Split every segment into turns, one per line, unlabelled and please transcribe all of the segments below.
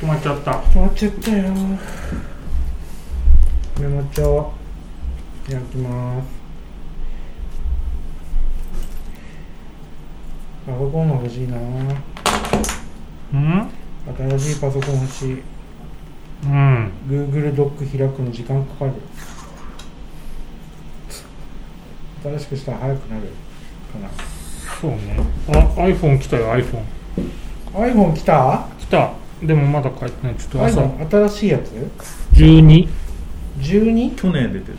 止まっちゃった
終わっちゃったよメモ帳開きますパソコンも欲しいな
うん
新しいパソコン欲しい
うん
Google ドック開くの時間かかる新しくしたら早くなるかな
そうねあ iPhone 来たよ iPhone
iPhone 来た
来たでもまだ帰ってないちょっと朝
iPhone 新しいやつ
1212
12?
去年出たや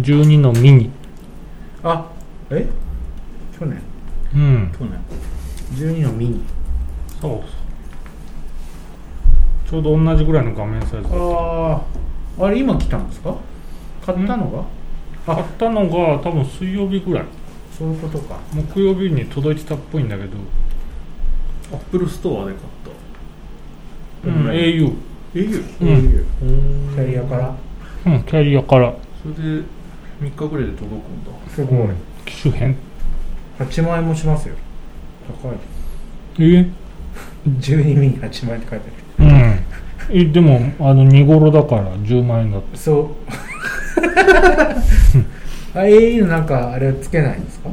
つ
12のミニ
あえ去年
うん
去年
12のミニ
そうそうちょうど同じぐらいの画面サイズ
あああれ今来たんですか買ったのが
買ったのが多分水曜日ぐらい
そういうことか
木曜日に届いてたっぽいんだけど、
アップルストアで買った
うん、au
au
うん
キャリアから
うんキャリアから
それで3日ぐらいで届くんだ
すごい
機種変
8万円もしますよ高い
え
12ミニ8万円って書いてあ
うんえでもあの2頃だから10万円だって
る そうあ au のなんかあれつけないんですか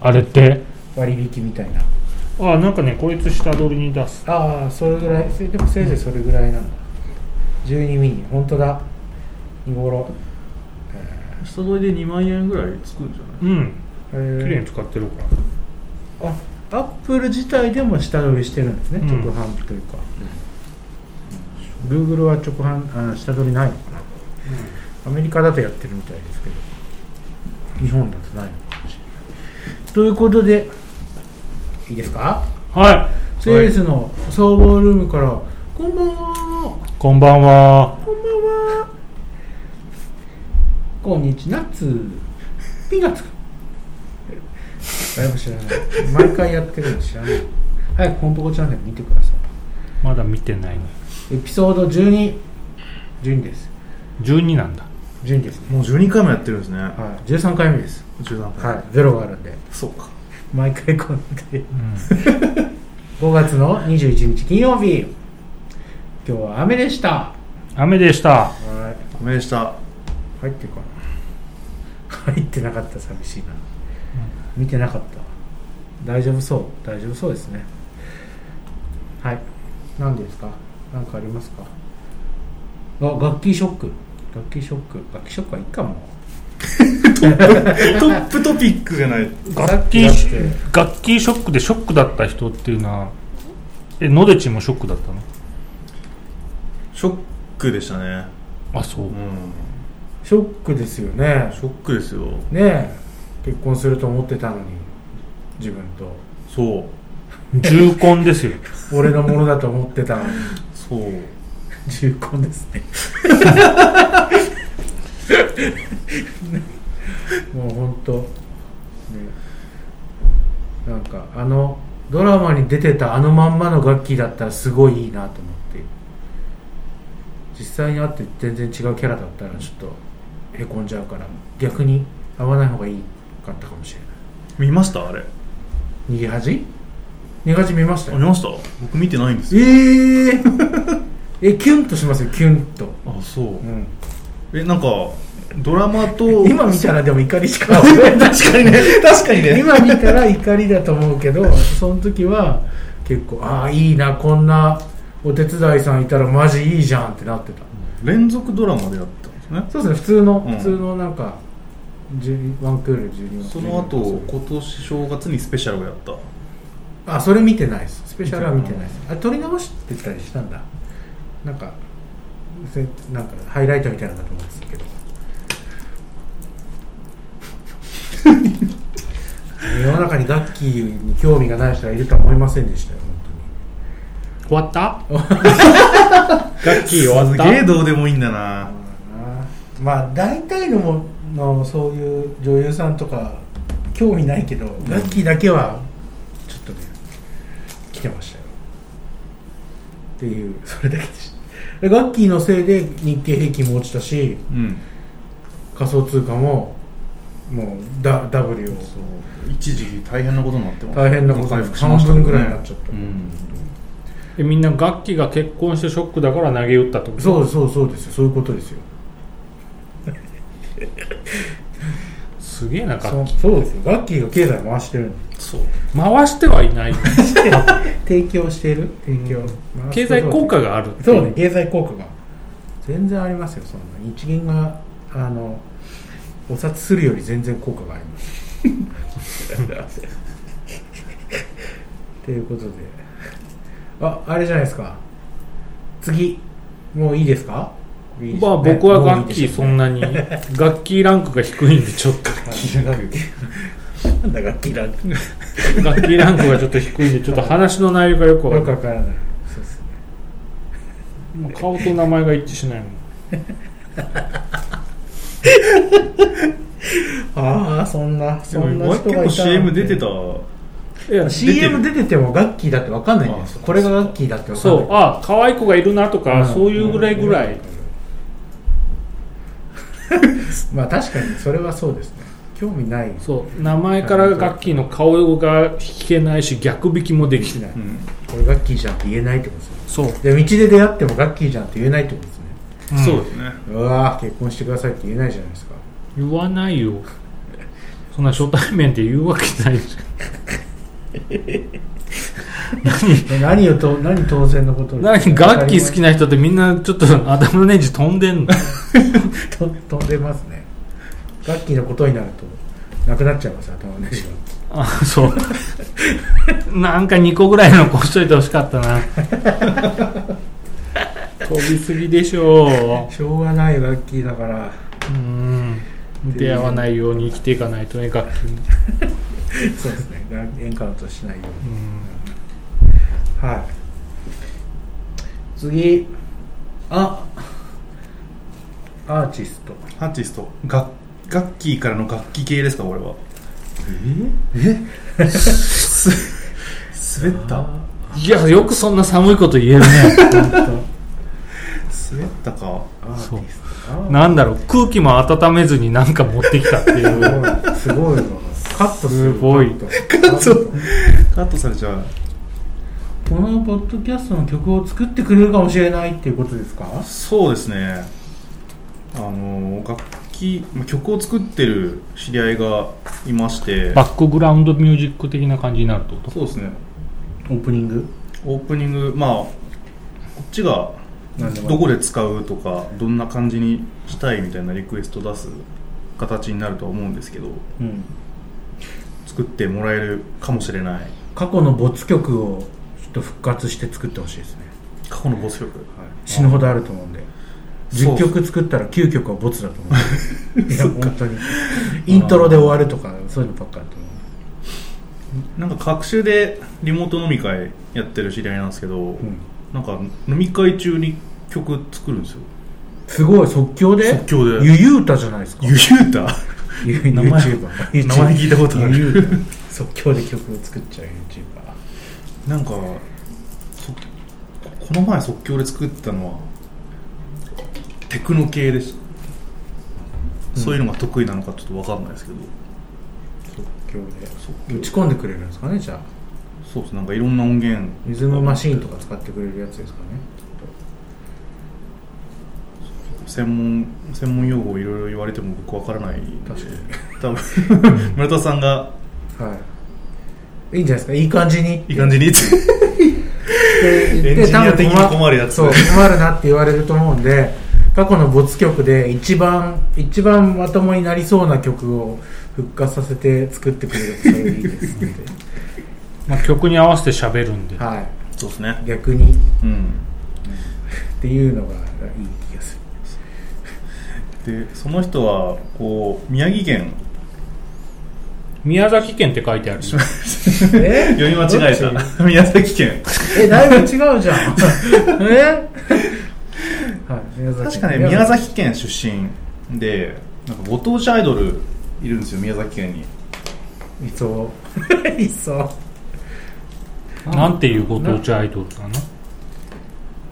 あれって
割引みたいな
あなんかねこいつ下取りに出す
ああそれぐらいせでもせいぜいそれぐらいなんだ12ミニ本当だ見頃
下取りで2万円ぐらいつくんじゃない
うん
へ
綺麗
ー
に使ってるから
あアップル自体でも下取りしてるんですね、
うん
直販というか、グーグルは直販あ下取りないのかな、アメリカだとやってるみたいですけど日本だとないのかもしれないということでいいですか
は
セールスの総合ルームから「こんばんはい
こんばんは
こんばんはこんにちナッツピーナッツ誰も知らない毎回やってるの知らない早くコンポコチャンネル見てくださ
まだ見てないの
いエピソード1212です
12なんだ
12ですね
もう12回もやってるんですね
はい13回目です
13回、
はいゼロがあるんで
そうか
毎回こんなで
うん
5月の21日金曜日今日は雨でした
雨でした
はい
ごめんでした
入ってるかな入ってなかったら寂しいな、見てなかった大丈夫そう大丈夫そうですねはい何ですか何かありますかあ楽器ショック楽器ショック楽器ショックはいいかも
トップトピックがない
楽
だ
器
って
楽器ショックでショックだった人っていうのはえのでちもショックだったの
ショックでしたね
あそう、
うん
ショックですよね
ショックですよ
ねえ結婚すると思ってたのに自分と
そう
重婚ですよ
俺のものだと思ってたのに
そう
重婚ですねもう本当ねなんかあのドラマに出てたあのまんまの楽器だったらすごいいいなと思って実際に会って全然違うキャラだったらちょっとへこんじゃうから逆に会わない方がいいかったかもしれない
見ましたあれ
逃げ恥逃げ恥見ました
あ見ました僕見てないんです
え
よ
ー、 えキュンとしますよキュンと、
あそう
うん、
えなんかドラマと
今見たらでも怒りしか
確かにね確かにね
今見たら怒りだと思うけどその時は結構ああいいなこんなお手伝いさんいたらマジいいじゃんってなってた
連続ドラマでやったんですね
そうですね普通の、
うん
普通のなんか12ワンクール12ワンクー
そ
ル
の後今年正月にスペシャルをやった
あそれ見てないですスペシャルは見てないですあれ撮り直してたりしたんだなんかせなんかハイライトみたいなのだと思うんですけど 世の中に楽器に興味がない人はいるとは思いませんでしたよ
終わった楽器終わ
す
った
げえどうでもいいんだな
本当にまあ大体のものそういう女優さんとか興味ないけど、楽器だけはちょっとね来てましたよっていうそれだけでしたでガッキーのせいで日経平均も落ちたし
うん
仮想通貨ももうダ W を
そう一時期大変なことになってます
大変なこと
回
に
復しましたけど
半分ぐらいになっちゃった
うん
えみんな楽器が結婚してショックだから投げ打ったってこと
そうそうそうですよそういうことですよ
すげえな
そ
楽
う
器
そうですよガッキーが経済回してるの
そう
回してはい ない
提供している提供、まあ
経済効果があるってい
そうね経済効果が全然ありますよそんな日銀があのお札するより全然効果があります ということでああれじゃないですか次もういいですか
まあ僕は楽器そ
なん
なに楽器ランクが低いんでちょっと
なんだ楽器だってよ
楽器ランクがちょっと低いんでちょっと話の内容がよく
く
わかんない
わからないそうですね
もう顔と名前が一致しないもん
ああそんな
で
そんな
も
人がい
結
た
構 CM 出てた
いや
CM 出ててもガッキーだって分かんないんですよ
あ
これがガッキーだって分かん
そ
ないう
あ可愛い子がいるなとか、
うん
そういうぐらいぐらい、
まあ確かにそれはそうですね興味ない
そう名前から楽器の顔が弾けないし逆引きもできない
うん
これガッキーじゃんって言えないってことですね
そう、
で道で出会ってもガッキーじゃんって言えないってことですね
そ
そううですね
うわー結婚してくださいって言えないじゃないですか
言わないよそんな初対面で言うわけないじ
で 何をと何当然のこと
ゃん何楽器好き
な
な人ってみんなちょっと頭のネジ飛んでんの
飛んでますねガッキーのことになるとなくなっちゃいます頭のネジが
あそう なんか2個ぐらい残しといてほしかったな 飛びすぎでしょう
しょうがないガッキーだから
うん出会わないように生きていかないとね楽器に
そうですねガエンカウントしないように
うん
はい。次。あアーティスト。
アーティストガガッキーからの楽器系ですかこれはええ滑った
いやよくそんな寒いこと言える ね
滑ったか
アーティスト。あ
なんだろう空気も温めずになんか持ってきたってい
ー
う
すごい。すごいわ。カットする。
すごい
カット。
カットされちゃう
このポッドキャストの曲を作ってくれるかもしれないっていうことですか
そうですねあの楽器まあ曲を作ってる知り合いがいまして
バックグラウンドミュージック的な感じになるってこと
そうですね
オープニング
オープニングまあこっちが
なんでも
どこで使うとかどんな感じにしたいみたいなリクエスト出す形になるとは思うんですけど
うん。
作ってもらえるかもしれない
過去の没曲をちょっと復活して作ってほしいですね。
過去のボス曲、はい、
死ぬほどあると思うんで。
そう
10曲作ったら9曲はボツだと思 う。いや、本当に。イントロで終わるとか、そういうのばっかだと思う。
なんか隔週でリモート飲み会やってる知り合いなんですけど、
うん
なんか飲み会中に曲作るんですよ
すごい即興で
即興で
ゆゆうたじゃないですか
ゆゆうた
ゆ
名前
YouTuber
名前聞いたことある
ゆゆうた即興で曲を作っちゃう YouTuber
なんかそこの前即興で作ったのはテクノ系です、そういうのが得意なのかちょっと分かんないですけど
即興で
即
打ち込んでくれるんですかねじゃあ
そうですなんかいろんな音源
リズムマシーンとか使ってくれるやつですかね
専門専門用語をいろいろ言われても僕分からないんで
確かに
多分 村田さんが
はいいいんじゃないですかいい感じに
いい感じにって
って言っ
エン
て
ジニア的に
多分
困るやつ
そう困るなって言われると思うんで過去の没曲で一番一番まともになりそうな曲を復活させて作ってくれるとそれいいですので
まあ、曲に合わせて喋るんで
はい
そうですね
逆にっ
うん
ていうのがいい気がす
でその人はこう宮城県
宮崎県って書いてあるよ
るえ
読み間違え
どっち
た宮崎県
えだいぶ違うじ ゃんえはい宮崎
確かね宮崎県出身でなんかご当地アイドルいるんですよ宮崎県に
いそう いそう
なんていうご当地アイドルかな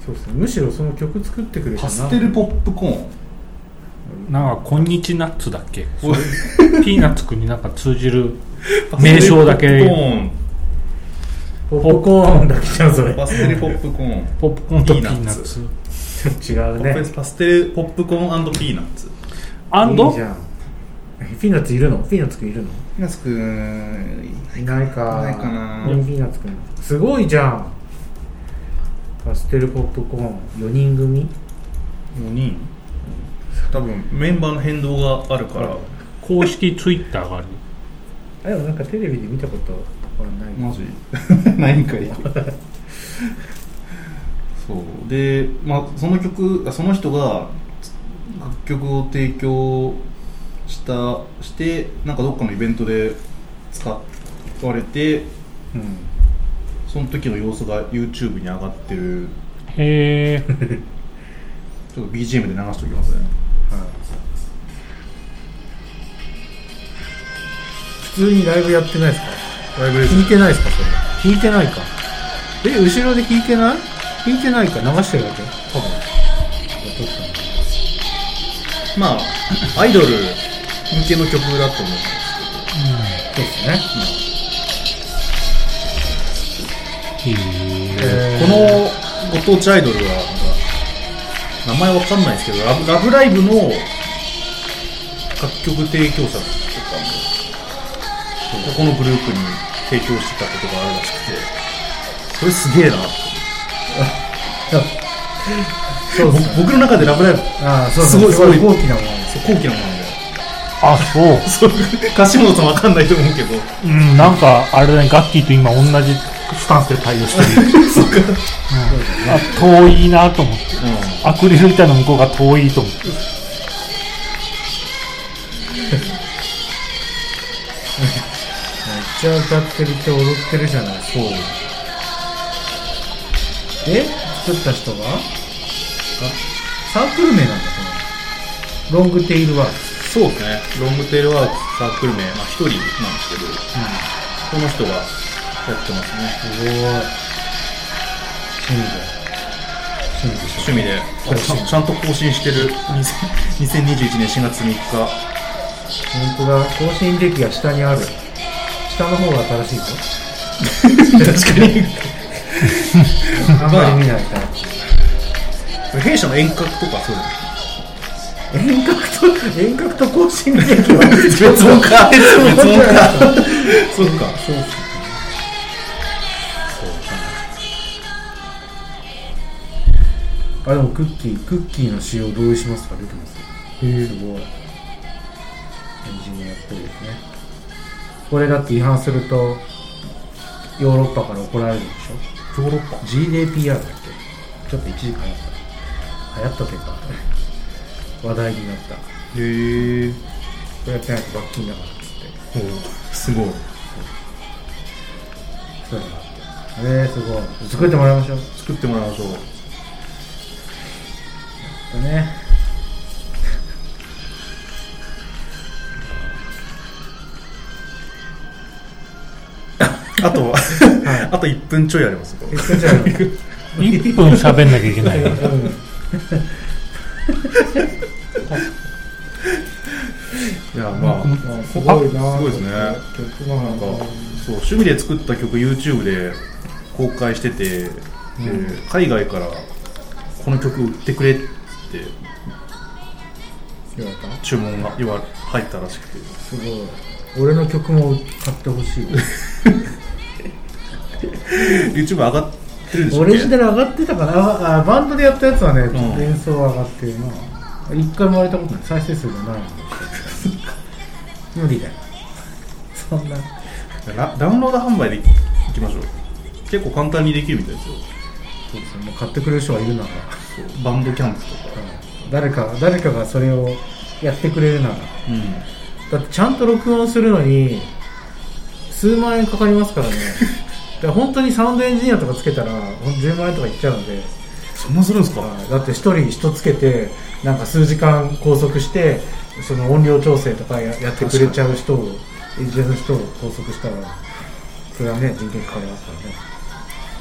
そうですねむしろその曲作ってくれたな
パステルポップコーン
う
なんか「こんにちナッツ」だっけそういうピーナッツくんになんか通じる名称だけ
ポップコーンだけじゃんそれ
パステルポップコーン
ポップコーンとピーナッツ
ちょっと違う
パステルポップコーンパ
ね
スパステルポップコーンピーナッツ
アンド
いいじゃんピーナッツいるのピーナッツくんいるの
ピーナッツくん
いないか
いないかな
俺もピーナッツくんすごいじゃんパステルポップコーン4人組
4人多分メンバーの変動があるから
公式ツイッターがある
あでもなんかテレビで見たことはない
マジ ないんかいそうで、まあ、その曲あその人がつ楽曲を提供したしてなんかどっかのイベントで使われて
うん
その時の様子が YouTube に上がってる
へ え
ちょっと BGM で流しておきますね
普通にライブやってないですか
ライブで
弾いてないですかそれ弾いてないかえ後ろで弾いてない弾いてないか流してるだけ多分どっかに
まあアイドル向けの曲だと思う
そうですね、え
このご当地アイドルはなんか名前わかんないですけど「ラブラブライブ!」の楽曲提供者とかもここのグループに提供してたことがあるらしくてそれすげえなって
そうです
僕の中で「ラブライブ!
ああそう
すごい
すごい
すご
高貴なもの」
そう高貴なものなんだよ
あそう
そう柏本さんわかんないと思うけど
うんなんかあれだねガッキーと今同じスタンスで対応してる、
そうか、
あ遠いなと思って
う
アクリル板の向こうが遠いと思って
めっちゃ歌ってるって踊ってるじゃないですか
ん、そう
で作った人があサークル名なんだそのロングテイルワークス
そうですね、ロングテールワークサークル名、まあ、1人なんですけど、この人がやってますね、
すごい趣味で趣味でしょ
趣味で、
更新
ちゃんちゃんと更新して る、2000 2021年4月3日、
本当だ更新歴が下にある下の方が新しいぞ
確かに、
あんまり見ないタイ
弊社の遠隔とかそうだね、
プ遠隔と遠隔と更新歴は
別音か、別音か、 そうか、
そうあでもクッキークッキーの使用同意しますか出てますへえすごいエンジニアっぽいですねこれだって違反するとヨーロッパから怒られるでしょヨーロッパ GDPR だっけちょっと一時間流行った流行ったというか 話題になったこ
へー、
れやってないと罰金だからっつって
すごい、
そういうのがあってえー、すごい作ってもらいましょう
作ってもらいましょう、
だね
あと、あと1分ちょいありますよ、
えそれじゃあ
1分喋んなきゃいけ ないから
うん
いや、まあ、
すごいな
あすごいですね
曲がなんか
なんかそう趣味で作った曲 YouTube で公開してて、で海外からこの曲売ってくれって
よかった
注文が今入ったらしく て
すごい俺の曲も買ってほしい
YouTube 上がってるんでし ょ
オリジナル上がってたかなああバンドでやったやつはね、
ん
演奏上がってるな一回も言われたことない再生数がないの無理だよそんな
ダダウンロード販売でいきましょう結構簡単にできるみたいですよ
そうですねもう買ってくれる人がいるなら
そうバンドキャンプとか、
誰か誰かがそれをやってくれるなら
うん、
だってちゃんと録音するのに数万円かかりますからねだから本当にサウンドエンジニアとかつけたらほん10万円とかいっちゃうので
そんなするんですか、
はいだって一人一つけてなんか数時間拘束してその音量調整とかややってくれちゃう人をエンジニアの人を拘束したらそれはね人件費かかりますからね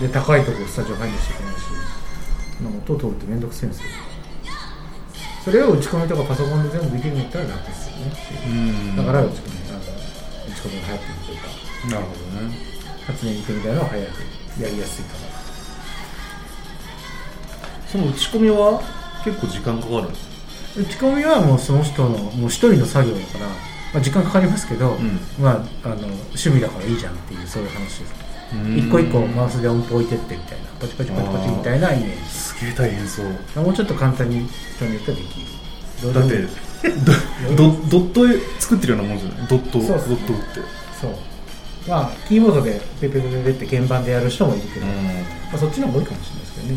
で高いところスタジオ入んなきゃいけないしなんか音通るって面倒くせえんですよそれを打ち込みとかパソコンで全部できるんだったら楽ですよね
うん
だか
な
ら
る
打ち込みあの打ち込みが流行ってるというか
ほどね
発明に行くみたいなのは早くやりやすいか
その打ち込みは結構時間かかるんです
ら打ち込みはもうその人のもう一人の作業だから、まあ、時間かかりますけど、まあ、あの趣味だからいいじゃんっていうそういう話です一個一個マウスで音符置いてってみたいなパチパチパチパチみたいなイメージ
すげえ大変そう
もうちょっと簡単に人によってはできるどうでも
だってどドット絵作ってるようなもんじゃないドット
そうっすね
ドットって
そうまあキーボードでペペペペペって鍵盤でやる人もいるけど、ま
う
あ、そっちの方が多いかもしれないですけどね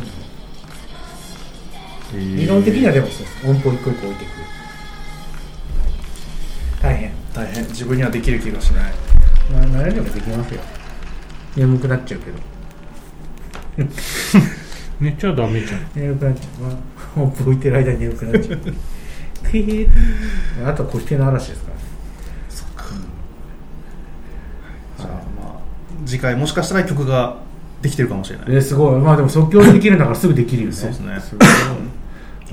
ん
理論的にはでもそうです音符を一個一個置いていく大変
大変自分にはできる気がしない
まあ、慣れればできますよ眠くなっちゃうけど
寝ちゃダメじゃん。
眠くなっちゃうまあ 音符置いてる間に眠くなっ ちゃうクイーッあとは固定の嵐ですからね
じゃあまあ次回もしかしたら曲ができてるかもしれない
えー、すごいまあでも即興でできるんだからすぐできるよね
そうですね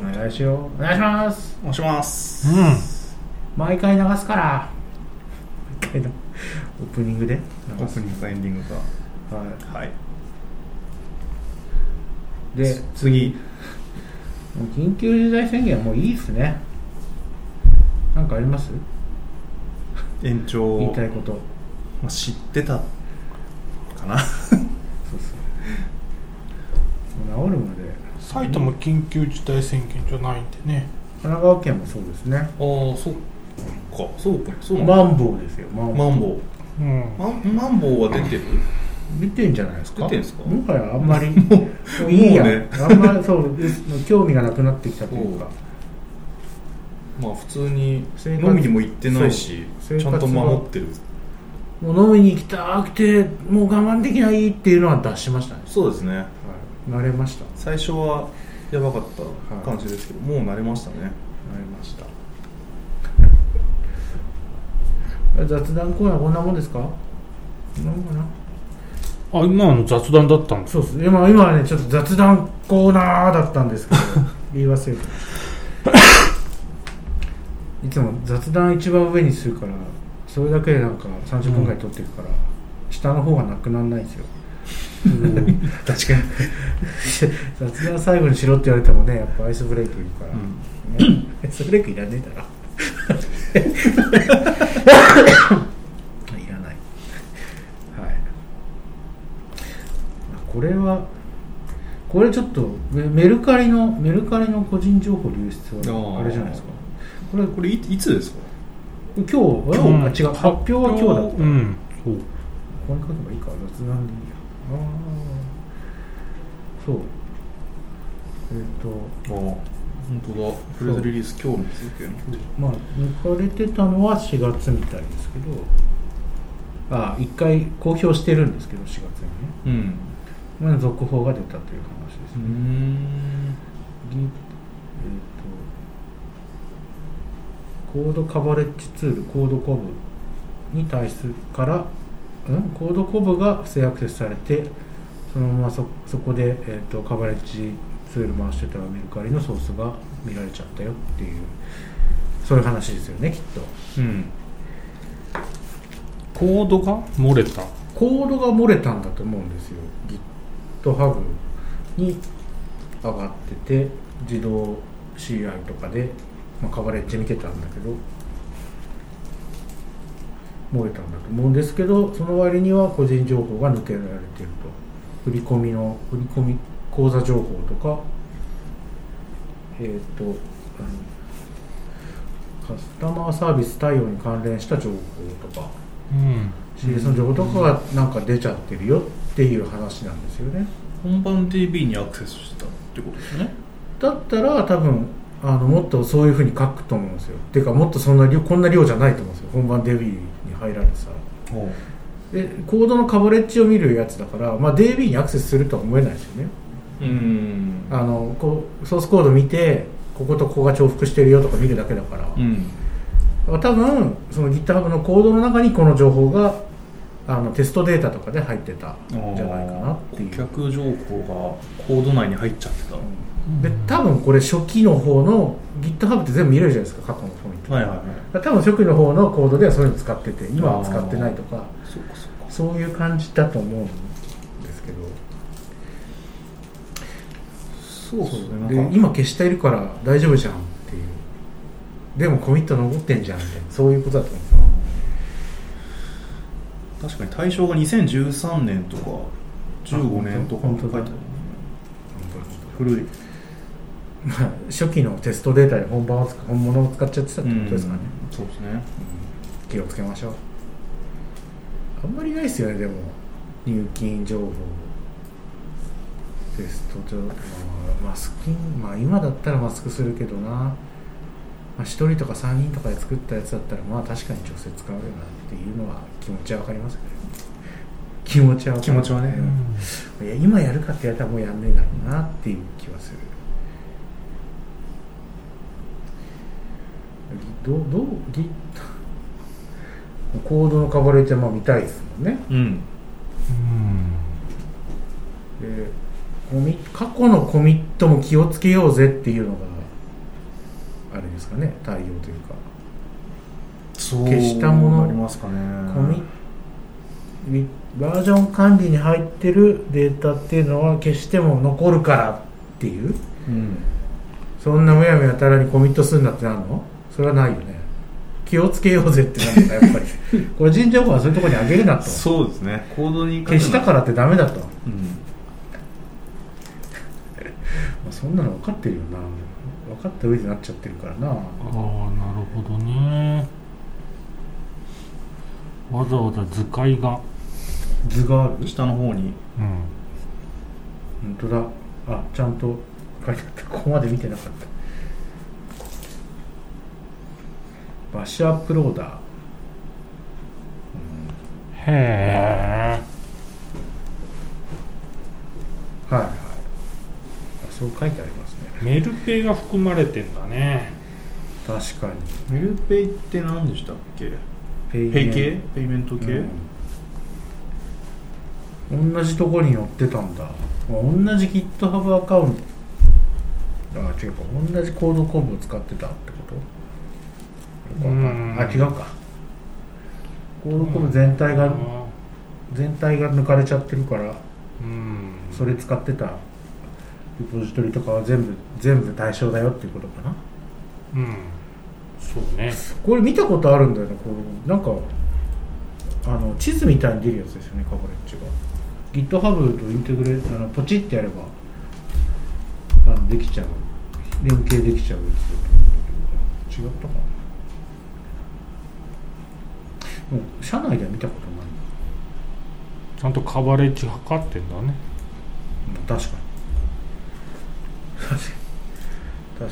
ごいお願いしようお願いします
押します
うん。
毎回流すから毎回の オープニングで
オープニングかエンディング
は
かはい
い、で
次
もう緊急事態宣言はもういいですねなんかあります
延長
言いたいこと
まあ、知ってたかな
そうそうもう治るまで
埼玉緊急事態宣言じゃないんでね。
神奈川県もそうですね
ああそっかそうかそうなんだ
マンボウですよマンボウ
マンボ
うん
ウ。マンマンボウは出てる
出てんじゃないですか
出てんすか
もはやあんまりもういいや、
もうね
あんまりそう興味がなくなってきたというか
まあ普通に
生活
飲みにも行ってないし
そう
ちゃんと守ってる
もう飲みに行きたくてもう我慢できないっていうのは出しましたね、
そうですね
慣れました
最初はやばかった感じですけど、もう慣れましたね
慣れました雑談コーナーこんなもんですかこんなもんかな
あ、今の雑談だったんです。
そうですね今今はねちょっと雑談コーナーだったんですけど言い忘 れていつも雑談一番上にするからそれだけでなんか30分ぐらい撮ってるから、下の方がなくならないんですよ
確かに、
雑談最後にしろって言われてもねやっぱアイスブレイクいるから、ねアイスブレイクいらねえだろいらないはいこれはこれちょっとメメルカリのメルカリの個人情報流出は
あー
あれじゃないですかこれ
これいいつですか
今日は
今
あ違う発表は今日だった
うん。そう。
ここに書けばいいか雑談でいいやああそうえっ、と
ああ本当だプレスリリース今日の続きやな
まあ抜かれてたのは4月みたいですけどあ一回公表してるんですけど4月にね
うん
まあ続報が出たという話です
うー
ね、
ん
ぎえーとコードカバレッジツールコードコブに対するから、うん、コードコブが不正アクセスされてそのままそそこで、えー、とカバレッジツール回してたらメルカリのソースが見られちゃったよっていうそういう話ですよねきっと。
うん
コードが漏れた。
コードが漏れたんだと思うんですよ GitHub に上がってて自動 CI とかで、まあ、カバレッジ見てたんだけど漏れたんだと思うんですけどその割には個人情報が抜けられてると振り込みの振り込み口座情報とかえっ、とあのカスタマーサービス対応に関連した情報とか
うん。
CS の情報とかがなんか出ちゃってるよっていう話なんですよね
本番 TV にアクセスしてたってことですね
だったら多分あのもっとそういうふうに書くと思うんですよていうかもっとそんな量こんな量じゃないと思うんですよ本番デビに入られてさ
おう
でコードのカバレッジを見るやつだから、まあ、DB にアクセスするとは思えないですよね
うん
あのこうソースコード見てこことここが重複してるよとか見るだけだから、
うん
多分その GitHub のコードの中にこの情報があのテストデータとかで入ってたんじゃないかなっていう
顧客情報がコード内に入っちゃってた、
で多分これ初期の方の GitHub って全部見れるじゃないですか過去のフォイント
はいはいはい
多分初期の方のコードではそういうの使ってて今は使ってないとか
そうかそうか
そういう感じだと思うんですけど
そうそうね
で
なんか
今消しているから大丈夫じゃんっていうでもコミット残ってんじゃんみたいなそういうことだと思うんですよ
確かに対象が2013年とか15年とか
あ本
書いて
当だ
ある古い
まあ初期のテストデータで本番を使本物を使っちゃってたってことですかね、
うんそうですね
気をつけましょうあんまりないですよねでも入金情報テスト情報まあマスキンまあ今だったらマスクするけどな、まあ、1人とか3人とかで作ったやつだったらまあ確かに直接使うよなっていうのは気持ちは分かりますけど気持ちは分かる
気持ちはね
いや今やるかってやったらもうやんねえだろうなっていう気はするどうどうぎコー ドのカバレージはまあ見たいですもんね
うん
うん
でコミ過去のコミットも気をつけようぜっていうのがあれですかね対応というか
そう
消したもの
ありますかね
コミみバージョン管理に入ってるデータっていうのは消しても残るからっていう
うん
そんなむやみやたらにコミットするんだってなるのそれはないよね気をつけようぜってなるんだやっぱり 個人情報はそういうところにあげるなと消
そうですねコードに
したかららってダメだと、ま
うん
あ、そんなの分かってるよな分かった上でなっちゃってるからな
ああなるほどねわざわざ図解が
図がある
下の方に
うん
本当だあちゃんと書いてあったここまで見てなかったバッシュアップローダー
へえ
はいはいあそう書いてありますね
メルペイが含まれてんだね
確かに
メルペイって何でしたっけ
ペイ
ペ
メ
イ
ン
系ペイメント系、
うん同じとこに載ってたんだあ同じ GitHub アカウントあ違うか同じコードコムを使ってたってことよくわかんないあ違うかコードコム全体が、全体が抜かれちゃってるから
うん
それ使ってたリポジトリとかは全部全部対象だよっていうことかな
うんそうね
これ見たことあるんだよなこうなんかあの地図みたいに出るやつですよねカバレッジが GitHub とインテグレーターのポチってやればあのできちゃう連携できちゃうやつだと思うんだけど違ったかなもう社内では見たことない
ちゃんとカバレッジ測ってんだね
まあ確かに 確かに確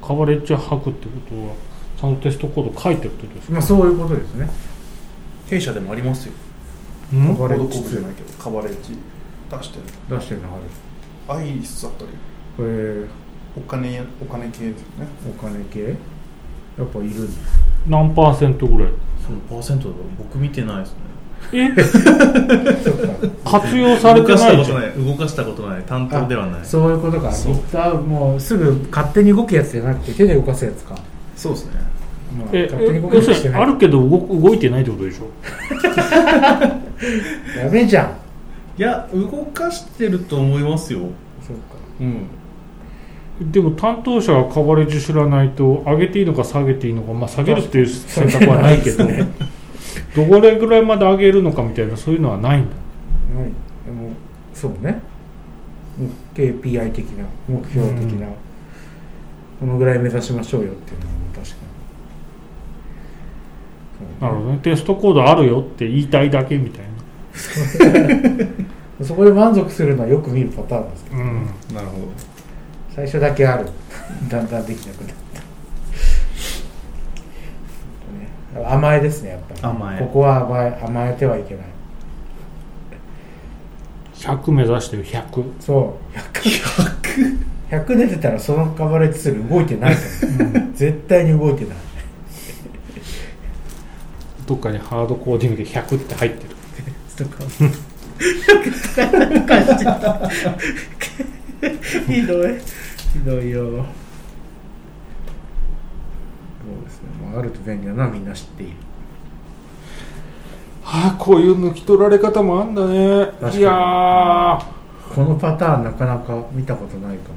か
カバレッジ吐くってことはちゃんとテストコード書いてるってことです
に
か
まあそういうことですね
弊社でもありますよ
うん
カバレッジ
コードコードじゃないけどカバレッジ出してる
出してるのがある
アイリスだったり
これ
お金お金系ですよね
お金系やっぱいるんだ
何パーセントぐらい
そうパーセントだと僕見てないですね
え活用されてないじゃん
ない動かしたことない担
当で
はなそ
そういうことか
そう
Git もうすぐ勝手に動くやつじゃなくて手で動かすやつか、
うですね
まあ、
え
勝手に
え
動か
要
す
す
やつじ
る
ゃ
に
な
あ
い
るけど動く動いてないってことでしょ
ダメじゃん
いや動かしてると思いますよ
そうか
うん
でも担当者がカバレッジ知らないと上げていいのか下げていいのか、まあ、下げるっていう選択はないけどどれぐらいまで上げるのかみたいなそういうのはないんだ
はいでもそうねもう KPI 的な目標的な、
うん
このぐらい目指しましょうよっていうのは確かに
なるほどねテストコードあるよって言いたいだけみたい
そこで満足するのはよく見るパターンなんですけど
なうん
なるほど
最初だけあるだんだんできなくなった、ね、甘えですねやっぱり
甘え
ここは甘え甘えてはいけない
100目指してる100
そう100 100出てたらそのカバレッジする動いてないと思う、絶対に動いてない
どっかにハードコーディングで100って入ってる
とかをなんかしてたひどいひどいよそうですね、まあ、あると便利だなみんな知っている
はあ、こういう抜き取られ方もあんだね
確かに
いやー
このパターンなかなか見たことないかも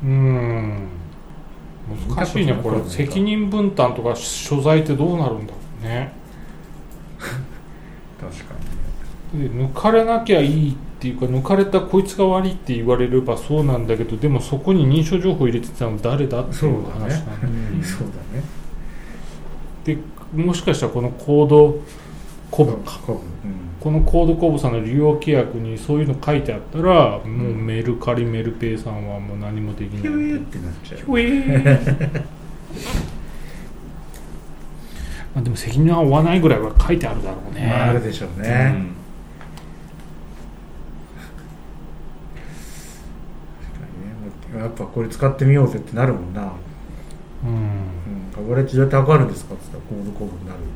うーん難しいねこれ責任分担とか所在ってどうなるんだろうね
確か
で抜かれなきゃいいっていうか抜かれたこいつが悪いって言われればそうなんだけどでもそこに認証情報入れてたの誰だって
そう
いう話
だね
なんだよ、
うん
そうだね
でもしかしたらこのコードコブか
こ
うん
このコードコブさんの利用規約にそういうの書いてあったら、もうメルカリメルペイさんはもう何もでき
ぶ
な
ヒ
い
ューってなっちゃう
ひょえー まあでも責任は負わないぐらいは書いてあるだろうね、
まああるでしょうね、確かにねやっぱこれ使ってみようぜってなるもんな、
うん
うん、カバレッジどうやって測るんですかって言ったらコードコブになるよね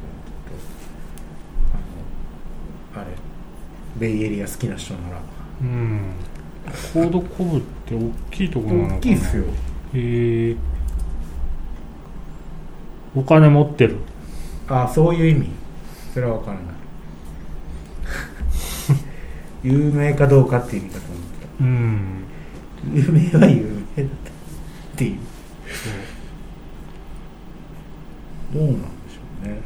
あのあれベイエリア好きな人なら
うんコードコブって大きいところなのかな
大きいっすよ
へえお金持ってる
あそういう意味それは分から ない有名かどうかっていう意味かと思っ
うん
た有名は有名だったっていうどうなんでしょうね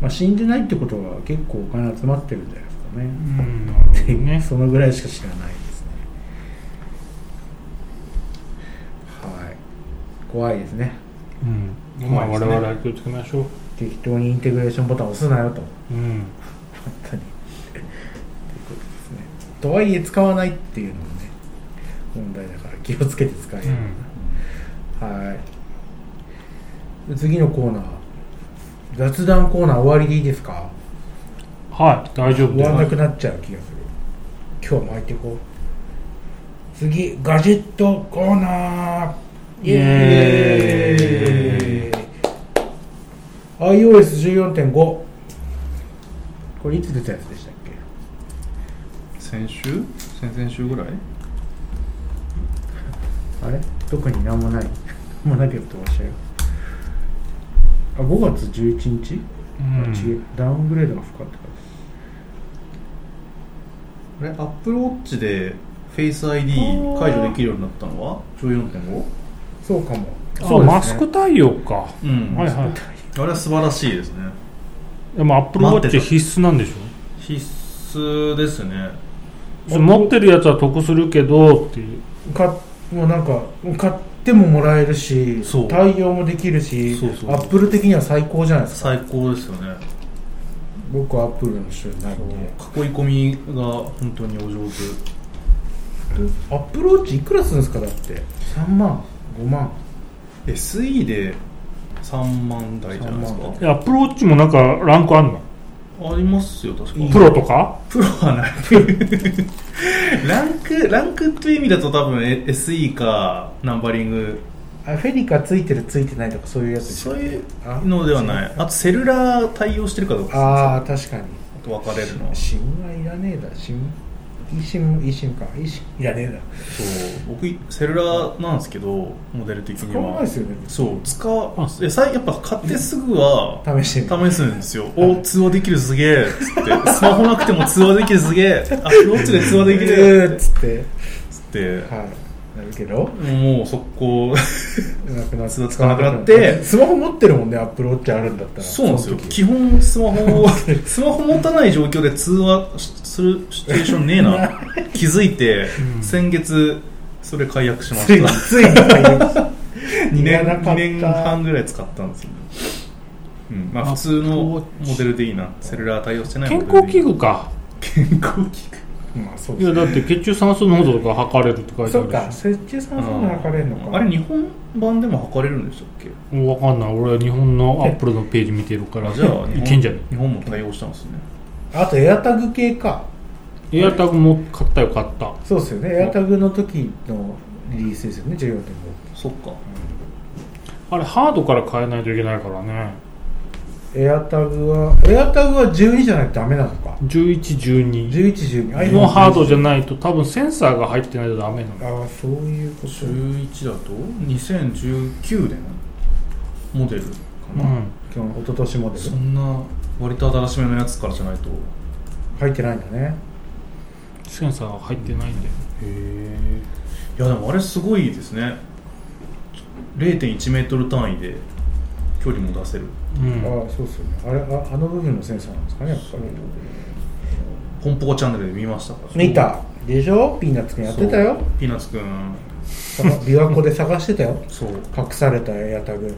まあ死んでないってことは結構お金集まってるんじゃないですかね、
うんなるほど
っていう
ね
そのぐらいしか知らないですねはい怖いですね
うんまあ
怖いで
我
すね
々は気をつけましょう
適当にインテグレーションボタン押すなよと
うん
本当にということですねとはいえ使わないっていうのもね問題だから気をつけて使え
う
る、
ん
はいで次のコーナー雑談コーナー終わりでいいですか
はい大丈夫
終
で
わ
す
らなくなっちゃう気がする今日も巻いていこう次ガジェットコーナーイエーイ iOS14.5 これいつ出たやつでしたっけ
先週先々週ぐらい
あれ特になんもない。もうなければ飛ばしちゃうよ。あ、5月11日、
うん
あ違うダウングレードが深かったか
あれアップルウォッチでフェイス ID 解除できるようになったのは 14.5?
らそうかも。
そうマスク対応か
うん
はいはい
あれは素晴らしいですね
でもアップルウォッ
待
チ
ってた
必須なんでしょ
必須ですね
それ持ってるやつは得するけどっていう
買っもうなんか、買ってももらえるし
そう、
対応もできるし
そうそう
アップル的には最高じゃないですか。
最高ですよね
僕はアップルの人になるんで。
囲い込みが本当にお上手
アップルウォッチいくらするんですかだって。3万、5万。
SE で3万台じゃないです
3万
アップルウォッチもなんかランクあんの
かありますよ確か
プロとか
プロはない ランクランクっていう意味だと多分え SE かナンバリング
あフェリカついてるついてないとかそういうやつでしょ
そういう
あ
のではないあとセルラー対応してるかどうか
ああ、確かに。
ですねあと分かれるのはそ
シムはいらねえだ、シム。イシム、イシムか。イシムいらねえだ。
う僕セルラーなんですけどモデル的に
使わない
は
ですよね。
そう使
あ
わえさいやっぱ買ってすぐは
試してみる。
試すんですよお通話できるすげえっつってスマホなくても通話できるすげえあロッチで通話でき
えーっ
るっつ
つって。
って
はい。なるけど、
もう速攻
なくなっ
通話使わなくなって
スマホ持ってるもんね、アップルウォッチあるんだったら。
そうなんですよ
の時
基本スマホをスマホ持たない状況で通話しするシチュエーションねえな気づいて、
うん
先月それ解約しま
つい
し
に、
た
ついに買いました。
2
いらなか
年
った
二年半ぐらい使ったんですよね、うんまあ、普通のモデルでいいなセルラー対応してない
健
モデ
康
ルでい
器
い
具か
健康器具
まあ、そう
い
で
や
す
だって血中酸素濃度とか測れるって書いて
そっ
あ
か、
るし
設置さんそんな測れるのか。
あれ日本版でも測れるんでしたっけ
分かんない俺は日本のアップルのページ見てるから
あじゃあ日
い
本
けんじゃね
日本も対応したんですね
あと、エアタグ系か。
エアタグも買ったよ買った
そうですよね。エアタグの時のリリースですよね、14.5。
そっか
あれハードから変えないといけないからね
エアタグはエアタグは12じゃないとダメなのか
1112
1112あ
のハードじゃ
い
ないと多分センサーが入ってないとダメなの
ああそういうこと
11だと2019年モデルか
う
な、
ん
今日一昨年モデル
そんな割と新しめのやつからじゃないとへ
入ってないんだね
センサーが入ってないんだよ
えいやでもあれすごいですね0.1メートル単位で距離も出せる
うん
ああそうっすよねあれああの部分のセンサーなんですかねやっぱり
ポンポコチャンネルで見ましたから
見たでしょピーナッツくんやってたよ
そうピーナッツくん
その琵琶湖で探してたよ
そう
隠されたエアタグ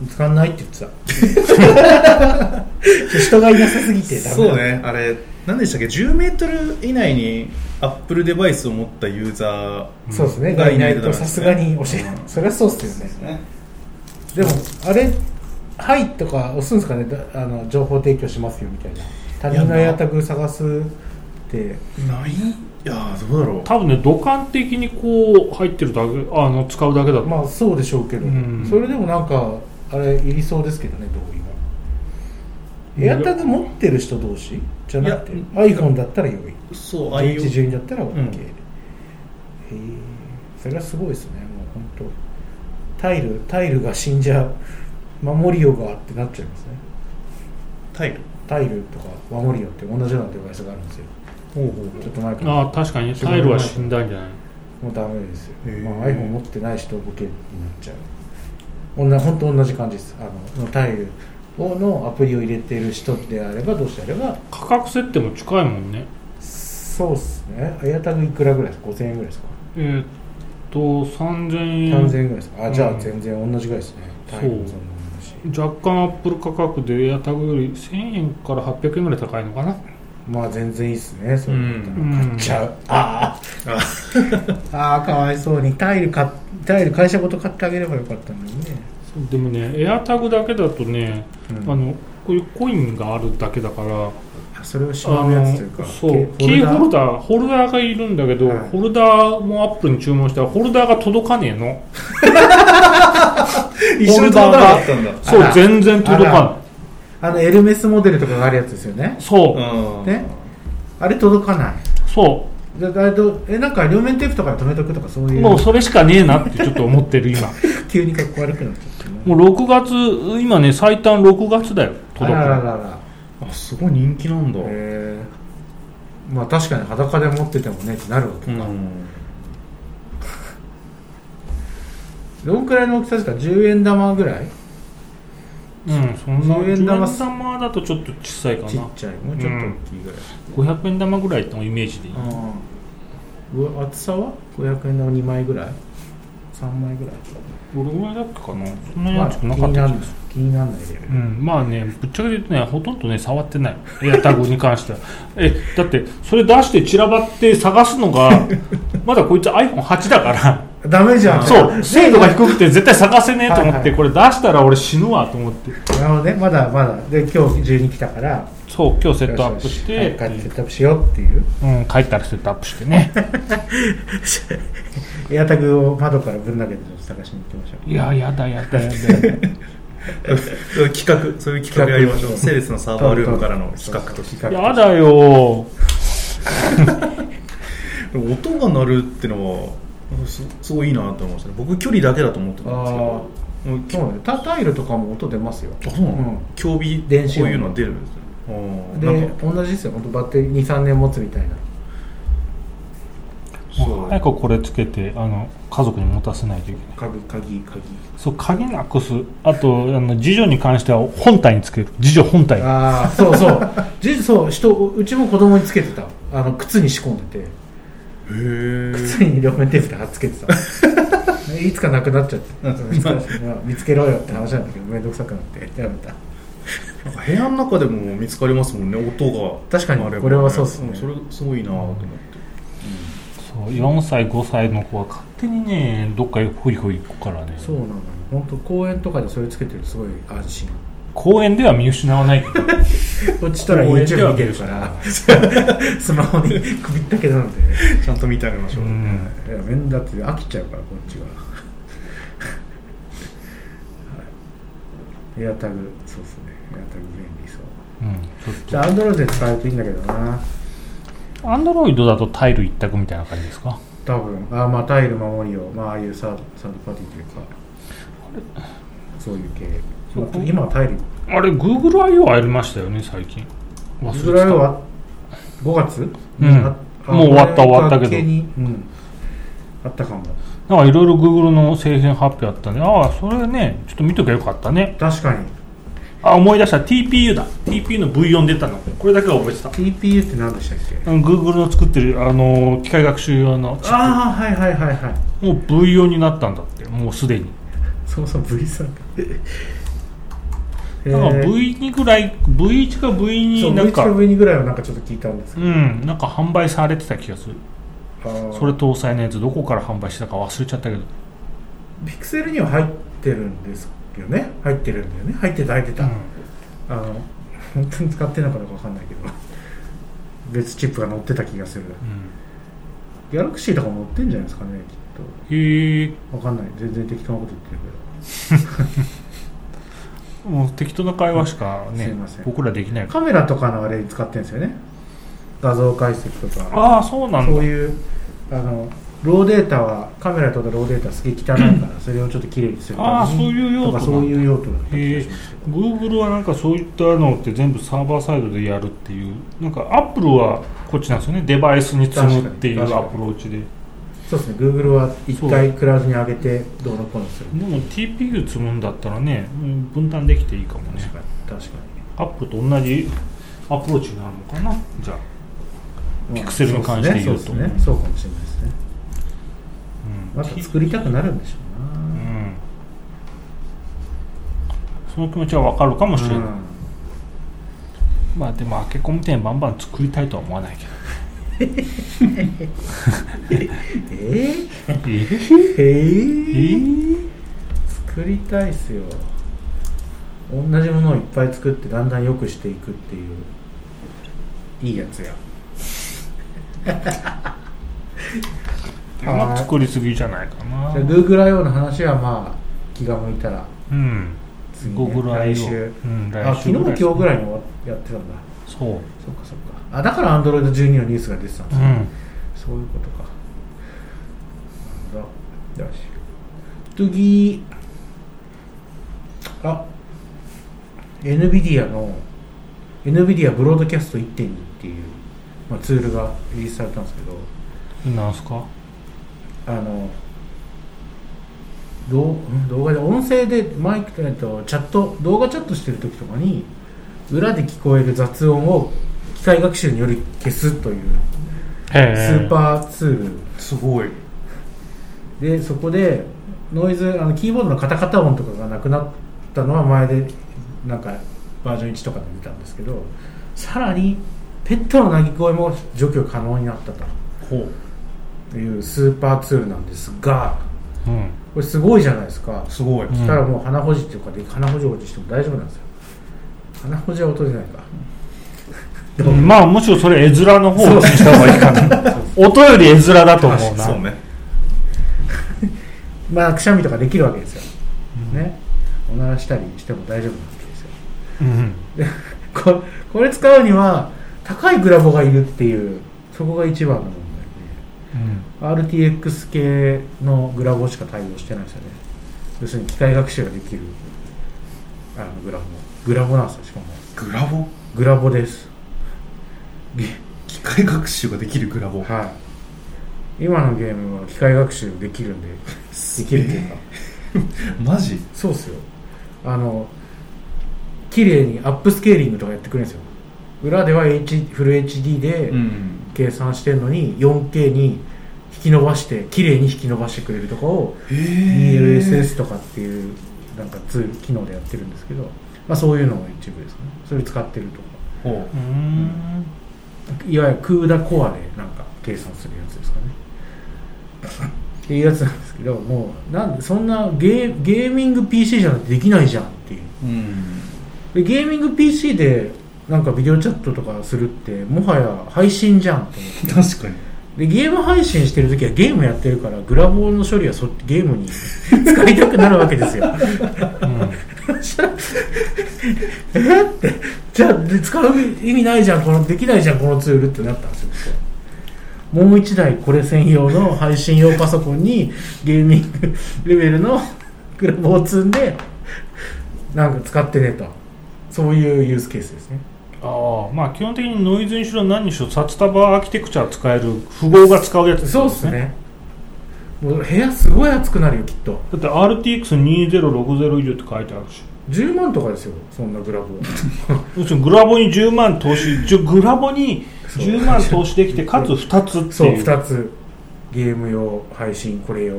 見つかんないって言ってた 人がいなさすぎてダメ
そうねあれ何でしたっけ10メートル以内にアップルデバイスを持ったユーザ
そうですね
がいないと
とさすがに教えない、
うん
それはそうっすよねで
ーね
もあれ「はい」とか押すんですかねだあの情報提供しますよみたいな他人のエアタグ探すって
ないいやーどうだろ
多分ね土管的にこう入ってるだけあの使うだけだと
まあそうでしょうけど、
うん
それでもなんかあれいりそうですけどね同意がエアタグ持ってる人同士じゃなくて
いや
iPhone だったら良いう
そうああいう
1112だったら OK、
うん
へえそれがすごいですねもう本当タイルタイルが死んじゃう守りようがってなっちゃいますね
タイル
タイルとか守りようって同じようなデバイスがあるんですよ
ほうほう
ちょっと前から
ああ確かにねタイルは死んだんじゃない
もうダメですよ、
へー
まあ、iPhone 持ってない人ボケになっちゃう女本当同じ感じですあのタイルをのアプリを入れてる人であればどうしてあれば
価格設定も近いもんね
そうっすねエアタグいくらぐらいですか5000円ぐらいですか
えーっと3000
3000
円
円ぐらいですかあじゃあ全然同じぐらいですね、
そう
タイルもそんなもんだし
若干アップル価格でエアタグより1000円から800円ぐらい高いのかな
まあ全然いいっすねそういうこと
うん
買っちゃう、あ あああかわいそうにタイル買っタイル会社ごと買ってあげればよかったのにね、
でもねエアタグだけだとね、
うん
あのこういうコインがあるだけだから
あそれをし
あ
まうやつというか
のそうキーホルダーホルダーがいるんだけど、
はい
ホルダーもアップルに注文したらホルダーが届かねえの
一緒に
ホルダーが
ったんだ
そう
あら
全然届
あ
から
あのエルメスモデルとかがあるやつですよね
ないそう、
うん
ねあれ届かない
そ
だだどえなんか両面テープとかで止めとくとかそう
う
いう
もうそれしかねえなってちょっと思って る今
急に格好悪くなっちゃってね
もう6月今ね最短6月だよ
あ
届く
ら
の
ららら
あすごい人気なんだ、
へえまあ確かに裸で持っててもねってなるわけ
う
か、
ん
どんくらいの大きさですか10円玉ぐらい
うんそんな
10
10
円
円
玉
玉だとちょっと小さいか
ちっ
な
ちゃいもうちょっと大きいぐらい、
500円玉ぐらいのイメージでいい
ああうわ厚さは500円玉2枚ぐらい3枚ぐらい
どれぐらいだっけかなそんなに
まあ
厚
気
くなか
に
っ
なら
たし
ない気にならないレベル
うん、まあねぶっちゃけ言うとねほとんどね触ってないエアタグに関してはえだってそれ出して散らばって探すのが まだこいつ iPhone8 だから
ダメじゃん
そう精度が低くて絶対探せねえと思って、
はいはい
これ出したら俺死ぬわと思って
なるほどねまだまだで今日12来たから
そう今日セットアップして
よしよしはい帰ってセットアップしようっていう
うん、帰ったらセットアップしてね
エアタグを窓からぶん投げてちょっと探しに行きましょう
いややだやだやだやだ
企画そういう企画やりましょうセレスのサーバールームからの企画として
企
やだよ
音が鳴るってのはすすごいいいなと思いましたね僕距離だけだと思ってたんですけど
あ
もうき
そうねタタイルとかも音出ますよ
あそうな
うん
の競技
電子
こ
音
ういうのは出るんですねあーな
で
んか
同じですよ本当バッテリー23年持つみたいな
そう
早くこれつけてあの家族に持たせないといけない
鍵鍵鍵
そう鍵なくすあとあの次女に関しては本体につける次女本体
ああそうそう実そう人うちも子供につけてたあの靴に仕込んでて
へ
靴に両面テープで貼っつけて たいつかなくなっちゃっていつか見つけろよって話なんだけど面倒くさくなってやめた
え部屋の中でも見つかりますもんね音が
確かに
あれば
これはそうっすね
んそれすごいなと思って
そう4歳5歳の子は勝手にねどっかへほいほい行くからね
そうなのよ本当公園とかでそれつけてるとすごい安 心
公園では見失わないけど
こっちとら
公園で
YouTube
は
見てるから スマホに首ったけなんで
ちゃんと見てあげ ましょう
うん
いや面だって飽きちゃうからこっちが、はいエアタグそうですねやったら便利そう
うん、ちょっ
じゃあアンドロイドで使うといいんだけどな
とアンドロイドだとタイル一択みたいな感じですか
多分あまあタイル守りをまあああいうサードサードパーティーというかそういう系
そう
まあ今はタイル
あれ GoogleIO ありましたよね最近忘
いずれ
れて
は5月
うん
にああ
もう終わった終わったけど
関係にうんあったかも
たなんかいろいろ Google の製品発表あったんでああそれねちょっと見ときゃよかったね
確かに
あ思い出した TPU だ TPU の V4 出たのこれだけは覚えてた
TPU って何でしたっけ
うん Google の作ってる、あのー機械学習用のチッ
ああはいはいはいはい
プもう V4 になったんだってもうすでに
そもそも V さん
なんか V2 ぐらい V1 か V2 なんか
V1 上にぐらいはなんかちょっと聞いたんですけ
うんなんか販売されてた気がする
ど、あー
それ搭載のやつどこから販売したか忘れちゃったけど
ピクセルには入ってるんですよね入ってるんだよね入ってた入ってた、あの本当に使ってなかったかわかんないけど別チップが乗ってた気がする
うん
ギャラクシーとかも乗ってんじゃないですかねきっ
へえ
とわかんない全然適当なこと言ってる
もう適当な会話しか
すい
ね
ません
僕らできない
けど
か
カメラとかのあれに使ってるんですよね画像解析と
ら
か
ああそうなん
そう
だ
いうあのローデータはカメラとかローデータすげえ汚いからそれをちょっときれいにするために
ああそういう用途
とか
なんだ
そういう用途だった気がしますけど
Google はなんかそういったのって全部サーバーサイドでやるっていうなんか Apple はこっちなんですよねデバイスに積むっていう
確か
ア
に確かに
プローチで
そうですね Google は一回クラウドに上げてどうのこうのする
でも TPU 積むんだったらねうん分担できていいかもね
確かに確かに
アップと同じアプローチになるのかなじゃあ、ピクセルに関して言うと
そうですねそうかもしれないですね
うん
また作りたくなるんでしょうな
う、んその気持ちはわかるかもしれない、まあでもアケコみたいにバンバン作りたいとは思わないけど
え
え
ー、え
え
ー、作りたいっすよ同じものをいっぱい作ってだんだん良くしていくっていういいやつや
まあ作りすぎじゃないかな
じゃあ GoogleIO の話はまあ気が向いたら
うん
次、ね、
Google
来
IO
週
うん、
あ昨日
来週ぐ
今
らい
日ぐらいに終わやってたんだ
そう
そっかそっかあだから Android12 のニュースが出てたん
う
だ、
ん
そういうことか。なんだ。よし。次。あ、NVIDIA の、NVIDIA ブロードキャスト1.2っていう、まあ、ツールがリリースされたんですけど、
なんすか
あの、どうん動画で音声でマイクえっとチャット動画チャットしてる時とかに裏で聞こえる雑音を機械学習により消すという
へ
ス
え
ーパーツール
すごい
でそこでノイズあのキーボードのカタカタ音とかがなくなったのは前でなんかバージョン1とかで見たんですけどさらにペットの鳴き声も除去可能になった
ほ
というスーパーツールなんですが
ううん
これすごいじゃないですか
すごい、
ん
したらもう鼻ほじとかで鼻ほじほじしても大丈夫なんですよ鼻ほじは音出ないか
うんまあむしろそれ絵面の方を気にした方がいいかな音より絵面だと思うな
そうね
まあくしゃみとかできるわけですよ、ねおならしたりしても大丈夫なわけですよ
うん
ここれ使うには高いグラボがいるっていうそこが一番の問
うん
題で RTX 系のグラボしか対応してないですよね要するに機械学習ができるあのグラボグラボなんですよしかも
グラボ
グラボです
機械学習ができるグラボ
はい今のゲームは機械学習できるんでできるっていうか
マジ
そうっすよあの綺麗にアップスケーリングとかやってくれるんですよ裏では、H、フル HD で、
ん
計算してるのに 4K に引き伸ばして綺麗に引き伸ばしてくれるとかを
へえ
DLSS とかっていうなんかツール機能でやってるんですけど、まあ、そういうのが一部ですねそれ使ってるとか
ほ
うーん
いわゆるクーダコアでなんか計算するやつですかねっていうやつなんですけどもうなんでそんなゲーゲーミング PC じゃなくてできないじゃんっていう
ううん
でゲーミング PC でなんかビデオチャットとかするってもはや配信じゃんって思って
確かに
でゲーム配信してる時はゲームやってるからグラボーの処理はそゲームに使いたくなるわけですよ
うん
えって じゃあで使う意味ないじゃんこのできないじゃんこのツールってなったんですよ僕もう一台これ専用の配信用パソコンにゲーミングレベルのグラボを積んでなんか使ってねとそういうユースケースですね
ああまあ基本的にノイズにしろ何にしろ札束アーキテクチャ使える富豪が使うやつ
そうですねもう部屋すごい暑くなるよきっと
だって RTX2060 以上って書いてあるし
10万とかですよそんなグラボ
要するにグラボに10万投資じゅグラボに10万投資できてかつ2つって
そう
いう
2つゲーム用配信これ用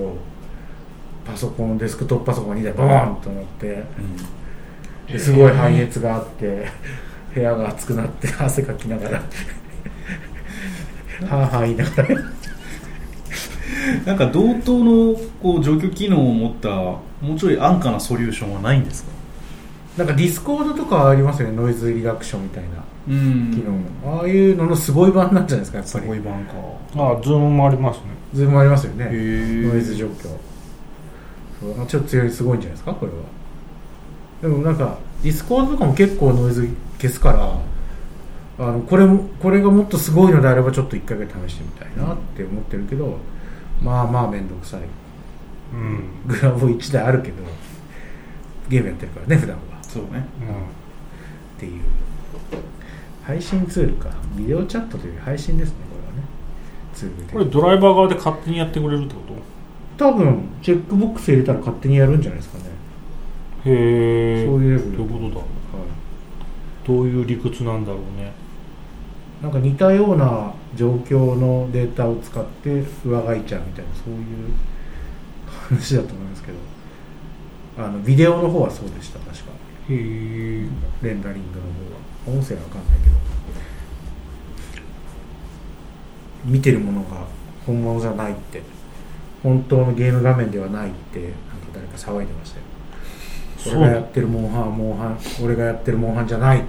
パソコンデスクトップパソコン2台ボーンと乗ってですごい排熱があって部屋が熱くなって汗かきな がらはあはあ言いながら
なんか同等のこう除去機能を持ったもうちょい安価なソリューションはないんですか
なんかディスコードとかありますよねノイズリダクションみたいな
うん
機能のああいうののすごい版なんじゃないです
す
かやっぱ
ごい
り
版か
ああズームもありますね
ズームありますよ
へ
ね
え
ノイズ状況そうちょっと強いすごいんじゃないですかこれはでもなんかディスコードとかも結構ノイズ消すからあのこれもこれがもっとすごいのであればちょっと1回ぐらい試してみたいなって思ってるけどまあまあ面倒くさい
うん、
グラボ1台あるけどゲームやってるからね普段は
そうね
う
っていう配信ツールかビデオチャットという配信ですねこれはねツール
ん、
で
これドライバー側で勝手にやってくれるってこと
多分チェックボックス入れたら勝手にやるんじゃないですかね
へえ
そういうレベル
どういうことだ
はい
どういう理屈なんだろうね
なんか似たような状況のデータを使って上書いちゃうみたいなそういう話だと思いますけどあのビデオの方はそうでした確か
へえ
レンダリングの方は音声は分かんないけど見てるものが本物じゃないって本当のゲーム画面ではないってなんか誰か騒いでましたよ
そう
俺がやってるモンハンはモンハン俺がやってるモンハンじゃないって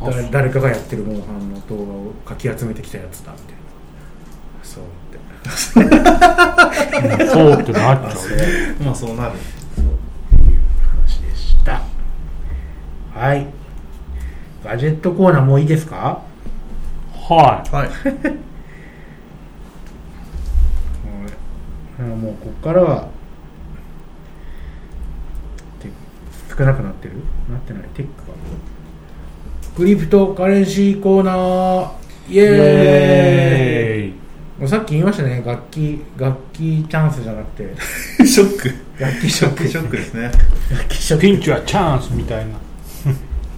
あ
誰
そう
誰かがやってるモンハンの動画をかき集めてきたやつだみたいなそうって
そうってなっちゃうね
まあそうなる
そうっていう話でしたはいガジェットコーナーもういいですか
はい
はい
あもうここからはテ少なくなってるなってないテックかクリプトカレンシーコーナーイエーイ
えー
もうさっき言いましたね楽器楽器チャンスじゃなくて
ショック
楽器ショック
ショックですね
楽器ショック
ピンチはチャンスみたいな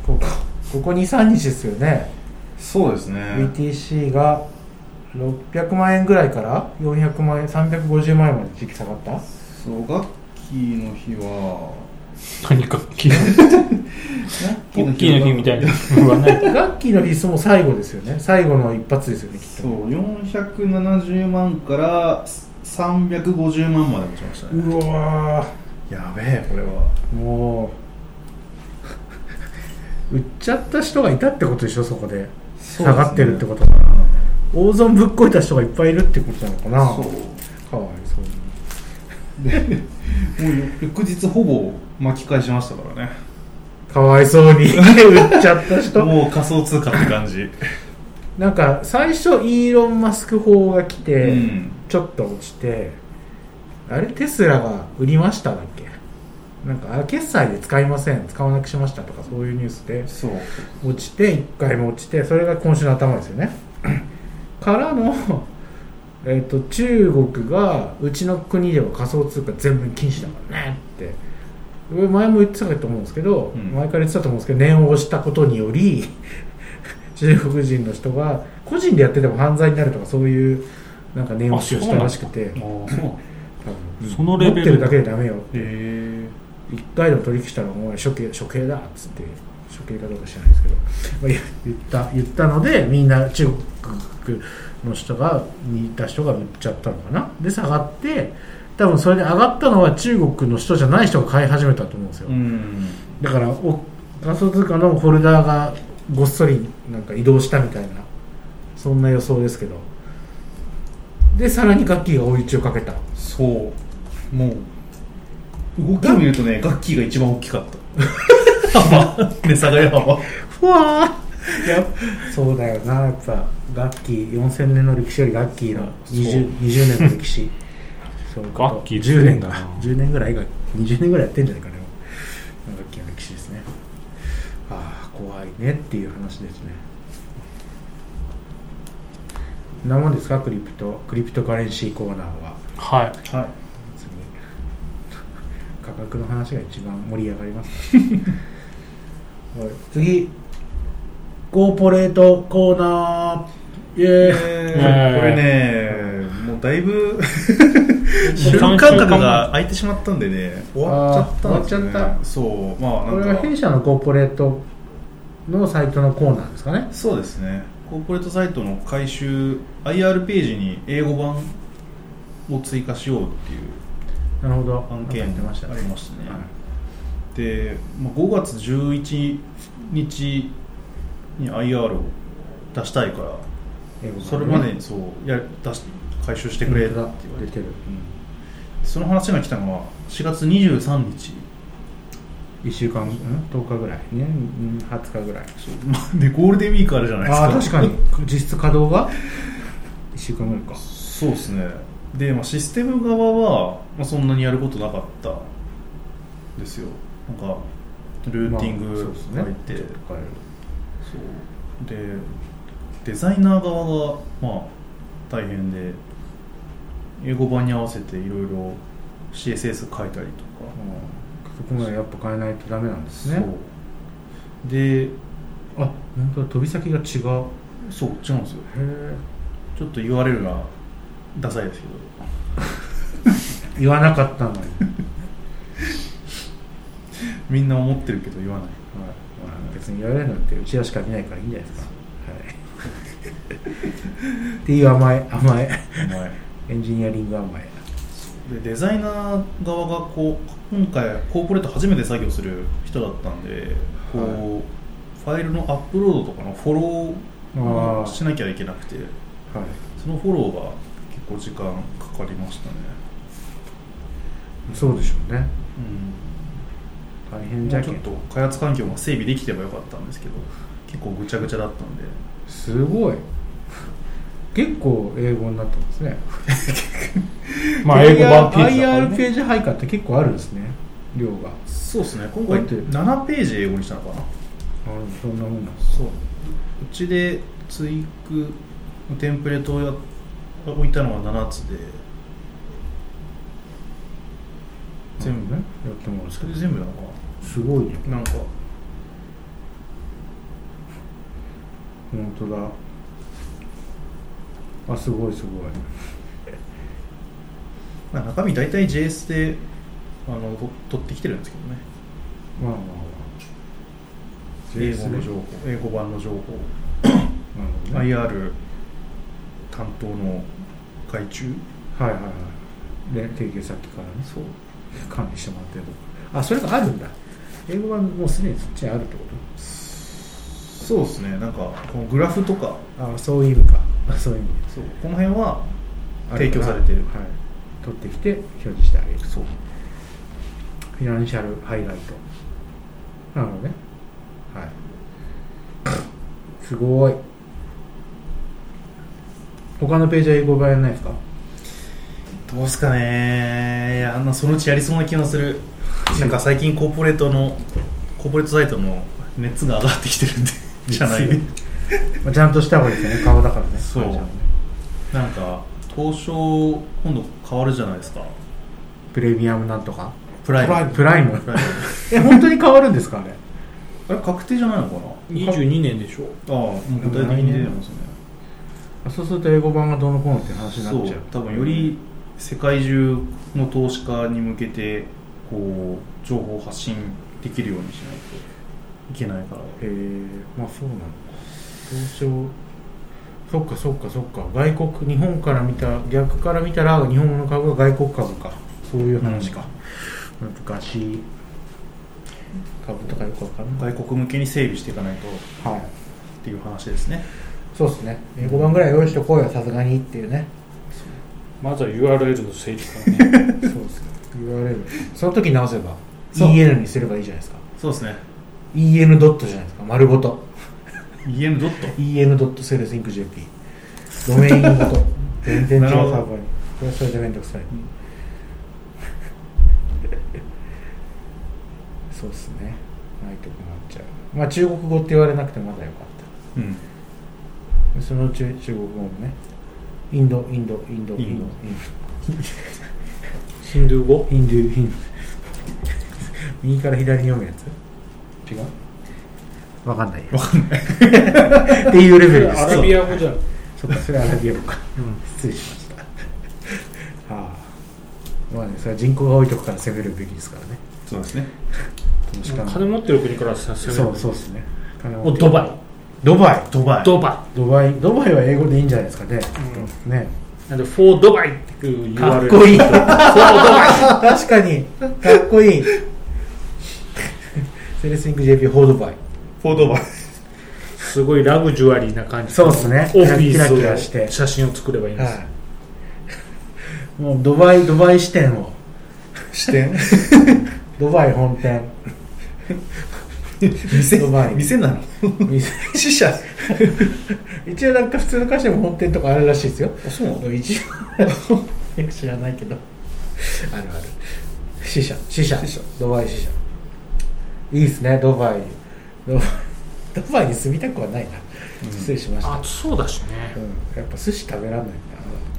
ここここ23日ですよね
そうですね
BTC が600万円ぐらいから400万円350万円まで時期下がった
そう楽器の日は
何か 気ポ
楽
ッキーの日みたいな
な
言わない
楽器の日そも最後ですよね最後の一発ですよねきっと
そう470万から350万まで落ちましたね
うわ
やべえこれは
ーもう売っちゃった人がいたってことでしょそこで下がってるってことかな大損ぶっこいた人がいっぱいいるってことなのかな
そう
かわいそうに
もう翌日ほぼ巻き返しましたからね
かわいそう に売っちゃった人
もう仮想通貨って感じ、
なんか最初イーロン・マスク法が来て、
うん
ちょっと落ちてあれテスラが売りましただっけなんかあ決済で使いません使わなくしましたとかそういうニュースで
そう
落ちて1回も落ちてそれが今週の頭ですよね からの、えっと中国がうちの国では仮想通貨全部禁止だからねってこれ前も言ってたと思うんですけど、
うん
前から言ってたと思うんですけど念を押したことにより中国人の人が個人でやってても犯罪になるとかそういうなんか念押しをしたらしくて多分
そのレベル
持ってるだけでダメよ
へえ
一回でも取引したらお前処刑処刑だっつって処刑かどうか知らないですけど、まあ言、言った言ったのでみんな中国の人がにいた人が売っちゃったのかなで下がって多分それで上がったのは中国の人じゃない人が買い始めたと思うんですよ、
うん
だからお仮想通貨のフォルダーがごっそりなんか移動したみたいなそんな予想ですけどでさらに楽器が追い打ちをかけた
そうもう動きを見るとねガッキーが一番大きかった
幅値下がり幅
ふわーやっぱそうだよなやっぱガッキー4000年の歴史よりガッキーの 20, 20年の歴 史そういうこと
ガッキー
10年か
強
10
いな
年ぐらいが20年ぐらいやってんじゃないかなガッキーの歴史ですねああ怖いねっていう話ですねそんなもんですかクリプトクリプトカレンシーコーナーは
はい
は
次価格の話が一番盛り上がります、はい、次コーポレートコーナーイ
い、
エーイ
えー、これねもうだいぶ
瞬間隔が空いてしまったんでね
終わっちゃったんですよね
あー終わっちゃった
そうまあ
これ
なん
は弊
か
社のコーポレートのサイトのコーナーですかね
そうですねコーポレートサイトの回収 IR ページに英語版を追加しようっていう
なるほど
案
なん
件
かやってました
あ
ね
りましたね、
は
で、まあ、5月11日に IR を出したいから
英語版ね
それまでにそうや出し回収してくれって言わ
出
れて、
てる
うんその話が来たのは4月23日
1週間、うん、10日ぐらいね、うん、20日ぐらい
そうまあ でゴールデンウィークあるじゃないです
あ
か
あ確かに実質稼働が1週間ぐらいか
そうですねで、まあ、システム側は、まあ、そんなにやることなかったですよなんかルーティン
まあそう
グ
ですね
入って、
ちょっと変える
そうでデザイナー側がまあ大変で英語版に合わせていろいろ CSS 書いたりとか、
そこまでやっぱ変えないとダメなんですね
そうで
あ本当だ飛び先が違う
そう違うんですよ
へ
ちょっと URL がダサいですけど
え言わなかったのに、 はい
みんな思ってるけど言わない
まあ、別に言われるなんてうちらしか見ないからいいんじゃないですか、はい、 っていう甘え甘え
お前
エンジニアリング甘え
でデザイナー側がこう今回コーポレート初めて作業する人だったんでこう、ファイルのアップロードとかのフォロー
あ
を
ー
しなきゃいけなくて
はい
そのフォローが結構時間かかりましたね、
そうでしょうね
うん、
大変じ
も
ゃ
うち
け
ょっ
ん
と開発環境が整備できてばよかったんですけど結構ぐちゃぐちゃだったんです
ごい結構英語になったんですね
まあ英語版ページだから
IR
ね
ページ配下って結構あるんですね量が
そうですね今回
だって
7ページ英語にしたのかな
そんなもんなんです
そううちで追句のテンプレートをや置いたのは7つで全部
ねやってもらうんです
そ
け
れ
ど
で全部なのか
すごいね
ななんか
本当だあすごいすごい
まあ中身大体 JS であのと取ってきてるんですけどね
まあまあまあ
英語の情報英語版の情報、IR 担当の外注
はいはいはいで提携先からね
そう
管理してもらってるとこあそれがあるんだ英語はもうすでにそっちにあるってこ
そうですねなんかこのグラフとか
とあそういう意味かあそういう意味
そうこの辺は
あるから
提供されてる
はい取ってきて表示してあげる
そう
フィナンシャルハイライトなるほどねはいすごい他のページは英語版やんないですか
どうっすかねいやあんなそのうちやりそうな気がするなんか最近コーポレートのコーポレートサイトの熱が上がってきてるんでじゃない
まあ、ちゃんとした方がいいですよね顔だからね
そう
会社のね
なんか東証今度変わるじゃないですか
プレミアムなんとか
プライム
プライム
プライム
え本当に変わるんですかあれ
あれ確定じゃないのかな
22年でしょ
ああもう具体的に出てますね
あそうすると英語版がどうのこうのって話になっ
そう
ちゃう
多分より世界中の投資家に向けてこう情報を発信できるようにしないといけないから
へえまあそうなのか東証そっかそっかそっか外国日本から見た逆から見たら日本の株が外国株かそういう話か、難しい株とかよくわかんない、
外国向けに整備していかないとっ
はい、
ていう話ですね
そうですね英語版ぐらい用意してこいよさすがにっていうね
まずは URL の整理からね
そうですね URL その時直せば
そう
EL にすればいいじゃないですか
そうですね
EN ドットじゃないですか丸ごと
EN ドット
EN ドットセールスインク JP ドメインごと 全然違う
な
サ
るほど
ーバーにこれはそれで面倒くさい、 そうっすねないとこなっちゃうまあ中国語って言われなくてまだよかっ
うん
たそのうち中国語もねインドインドインドインド
インド
ヒンドゥー語
インドゥインド右から左に読むやつ違うわかんないわかんない っていうレベルです
アラビア語じゃん、う
そっかそれアラビア語か
ん、
失礼しました はあまあねそれは人口が多いとこから攻めるべきですからね
そうですね
投資家の
金持ってる国からさせ
そうそうですね金
お
持ってる
ドバイ
ドバイ
ドバイ
ドバ
ドバイドバイは英語でいいんじゃないですかね、ね
イなんでフォードバイっていう言わ
か
れ
っ
る
こいい確かにかっこいい セレスイング JP ホードバイ
フォードバイ
すごいラグジュアリーな感じ
そうっすね
オフィ
キラキラし
ス
て
を写真を作ればいいんです、
はいもうドバイドバイ支店を
視点
ドバイ本店
店
ドバイ
店なの
店
死者
一応なんか普通の会社でも本店とかあるらしいですよ
あそうなの
一応知らないけどあるある死者死者
死者
ドバイ死者いいですねドバイドバイドバイに住みたくはないな、失礼しました、
あそうだしね
うん、やっぱ寿司食べらんないんだ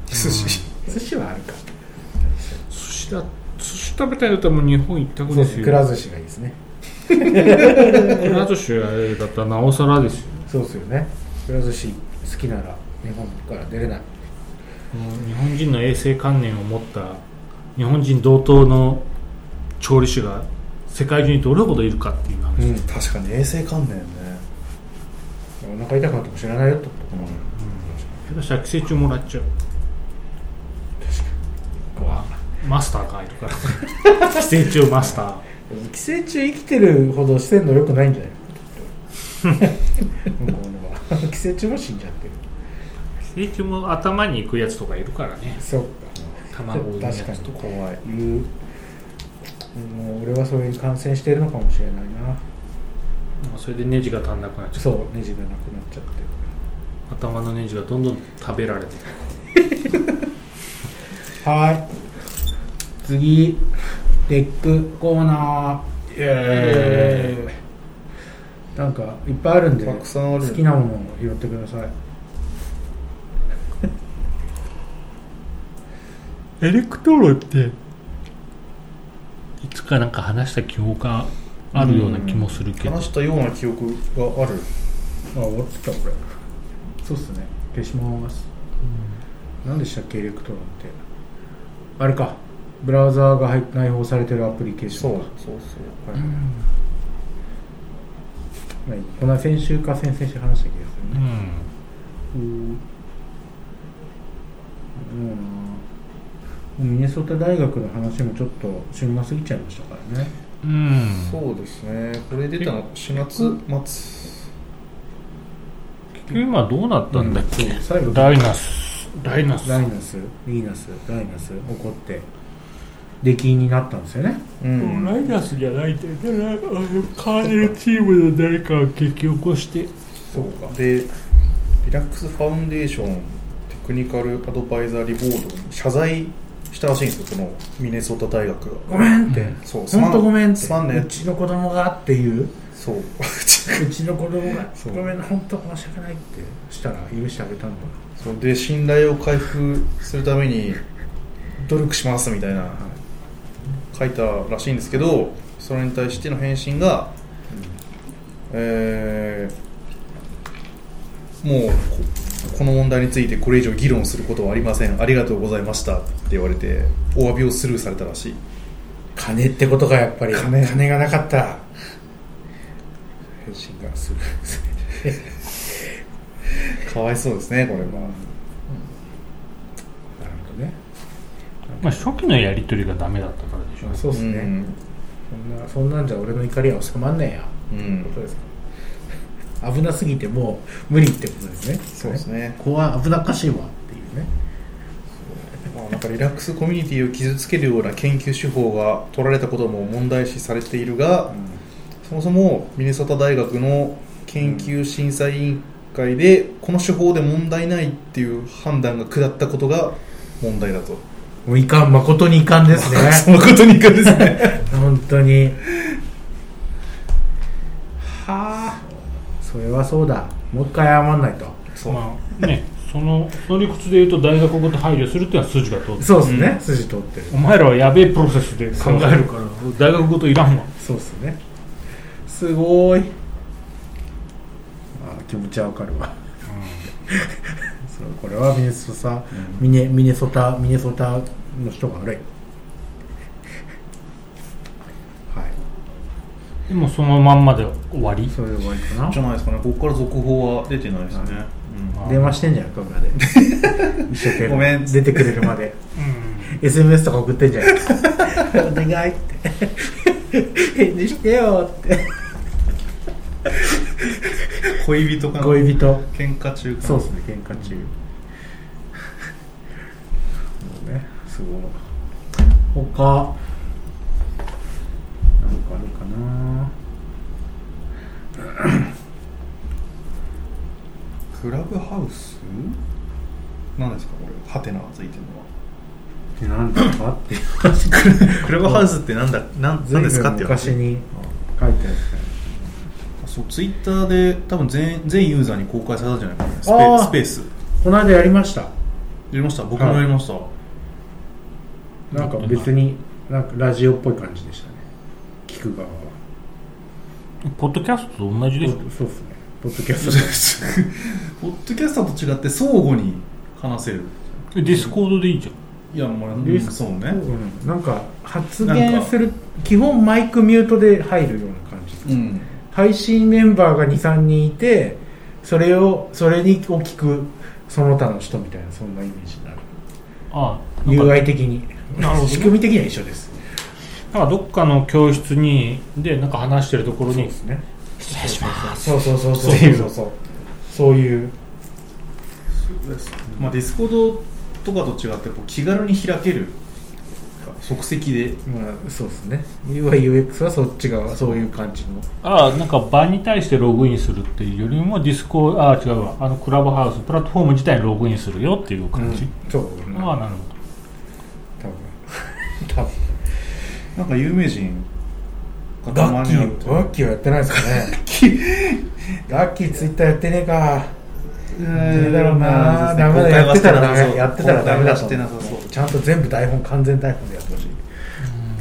寿司
寿司はあるか
寿司だ寿司食べたいんだったらもう日本一択
そう
で
です
す
ね
よ
くら寿司がいいですね
くら寿司だったらなおさらですよ
そうですよねくら寿司好きなら日本から出れない
もう日本人の衛生観念を持った日本人同等の調理師が世界中にどれほどいるかっていう話、
うん
確かに衛生観念ね
お腹痛くなっても知らないよってこと
下手したら寄生虫もらっちゃうマスターがいるから 寄生虫マスター
寄生虫生きてるほどしてんのよくないんじゃない の向こうのは寄生虫も死んじゃってる
寄生虫も頭に行くやつとかいるからね
そっか
卵を産むやつとか
怖い
いうもう俺はそれに感染してるのかもしれないな
まあそれでネジが足んなくなっちゃう
そうネジがなくなっちゃって
頭のネジがどんどん食べられて
はい次テックコーナーイ
エ
ーイなんかいっぱいあるんで
た
好
くさんある
きなものを拾ってください
エレクトロっていつかなんか話した記憶があるような気もするけど
話したような記憶がある
あ終わってたこれそうっすね消します何でしたっけエレクトロンってあれかブラウザーが入っ内包されてるアプリケーションか
そうそう
はいまあこの先週か先々週話した気がする
う
ね
ん
うんうんミネソタ大学の話もちょっと旬が過ぎちゃいましたからね
うん
そうですねこれ出たの4月末
結局今どうなったんだっけ、
そう最後
ダイナスダイナス
ライナスリーナスダイナス怒って出禁になったんですよね
うん
イナスじゃないんだよねカーネルチームの誰かが激起こして
そうかでリラックスファウンデーションテクニカルアドバイザリーボードに謝罪したらしいんですよこのミネソタ大学が
ごめんって、
そうすま
本当ごめんって
すまんね
うちの子供がって いう
そう
うちの子供が
そう
ごめん本当申し訳ないってしたら許してあげたんだ
それで信頼を回復するために努力しますみたいな書いたらしいんですけどそれに対しての返信が、えーもうここの問題についてこれ以上議論することはありませんありがとうございましたって言われてお詫びをスルーされたらしい
金ってことがやっぱり
金
がなかったら返信がする
かわいそうですねこれは
なるほどね
まあ初期のやり取りがダメだったからでしょ
あそうですね、そんなそんなんじゃ俺の怒りは収まんねえや
うん、う
こ
ん
とですか危なすぎてもう無理ってことですね
そうですね
ここは危なっかしいわっていうね
まあ、なんかリラックスコミュニティを傷つけるような研究手法が取られたことも問題視されているが、
そもそもミネソタ大学の研究審査委員会でこの手法で問題ないっていう判断が下ったことが問題だと、
もういかん誠にいかんですね
そのことにいくんですね
本当にはあそれはそうだもう一回謝んないと
そう、
まあねそのその理屈で言うと大学ごと配慮するっていうのは筋が通ってる
そうですね、筋通ってる
お前らはやべえプロセスで考えるから大学ごといらんわ
そうですねすごーいあー気持ちはわかるわ、 そうこれはミネソタ、ミネミネソタミネソタの人が悪いはい
でもそのまんまで終わり
それで終わりかな
じゃないですかねここから続報は出てないですね、
電話してんじゃんカメラで一生懸命
ごめん
出てくれるまで
う
SMS とか送ってんじゃないお願いって返事してよって
恋人かな
恋人
喧嘩中かな
そうですね喧嘩中もうねすごい他なんかあるかな
クラブハウス
何ですかこれハテナがついてる のは
ってなんだかっていう話
クラブハウスってなんだなんなんですかっていう
昔
話
に書いてある
そうツイッターで多分全全ユーザーに公開されたんじゃないかなス
あー
ペスペース
この間やりました
やりました僕もやりました、
なんか別になんかラジオっぽい感じでしたね聞く側は
んポッドキャストと同じでしょ
そうですねポッドキャストで
ポッドキャスターと違って相互に話せる
ディスコードでいいじゃん
いやまあ、
リス
そうね
うんなんか発言する基本マイクミュートで入るような感じです、
うん
配信メンバーが23人いてそれをそれにを聞くその他の人みたいなそんなイメージになる
ああなんか
UI 的に
なるほどね
仕組み的には一緒です
なんかどっかの教室にでなんか話してるところに
すね
失礼します
そうそうそうそう
って
そ
いうう
そうそうそういう
まあ、ディスコードとかと違ってこう気軽に開ける即席で
まあそうですね UIUX はそっち側そういう感じの
ああなんか場に対してログインするっていうよりもディスコああ違うわあのクラブハウスプラットフォーム自体にログインするよっていう感じ、
そう
ああなるほ
多分 多分
なんか有名人がたま
ガッキ
にやって
ーガッキーはやってないですかねガッキーツイッターやってねえか
えー
だろうな
ダ
ダ
メ
メ
だ
だやってたらダメ
や
や
っ
っててた
たら
ら
ダ
ダ
メ
メ
だ
だ
と
と
思う
ちゃんと全部台本完全台本でやってほしい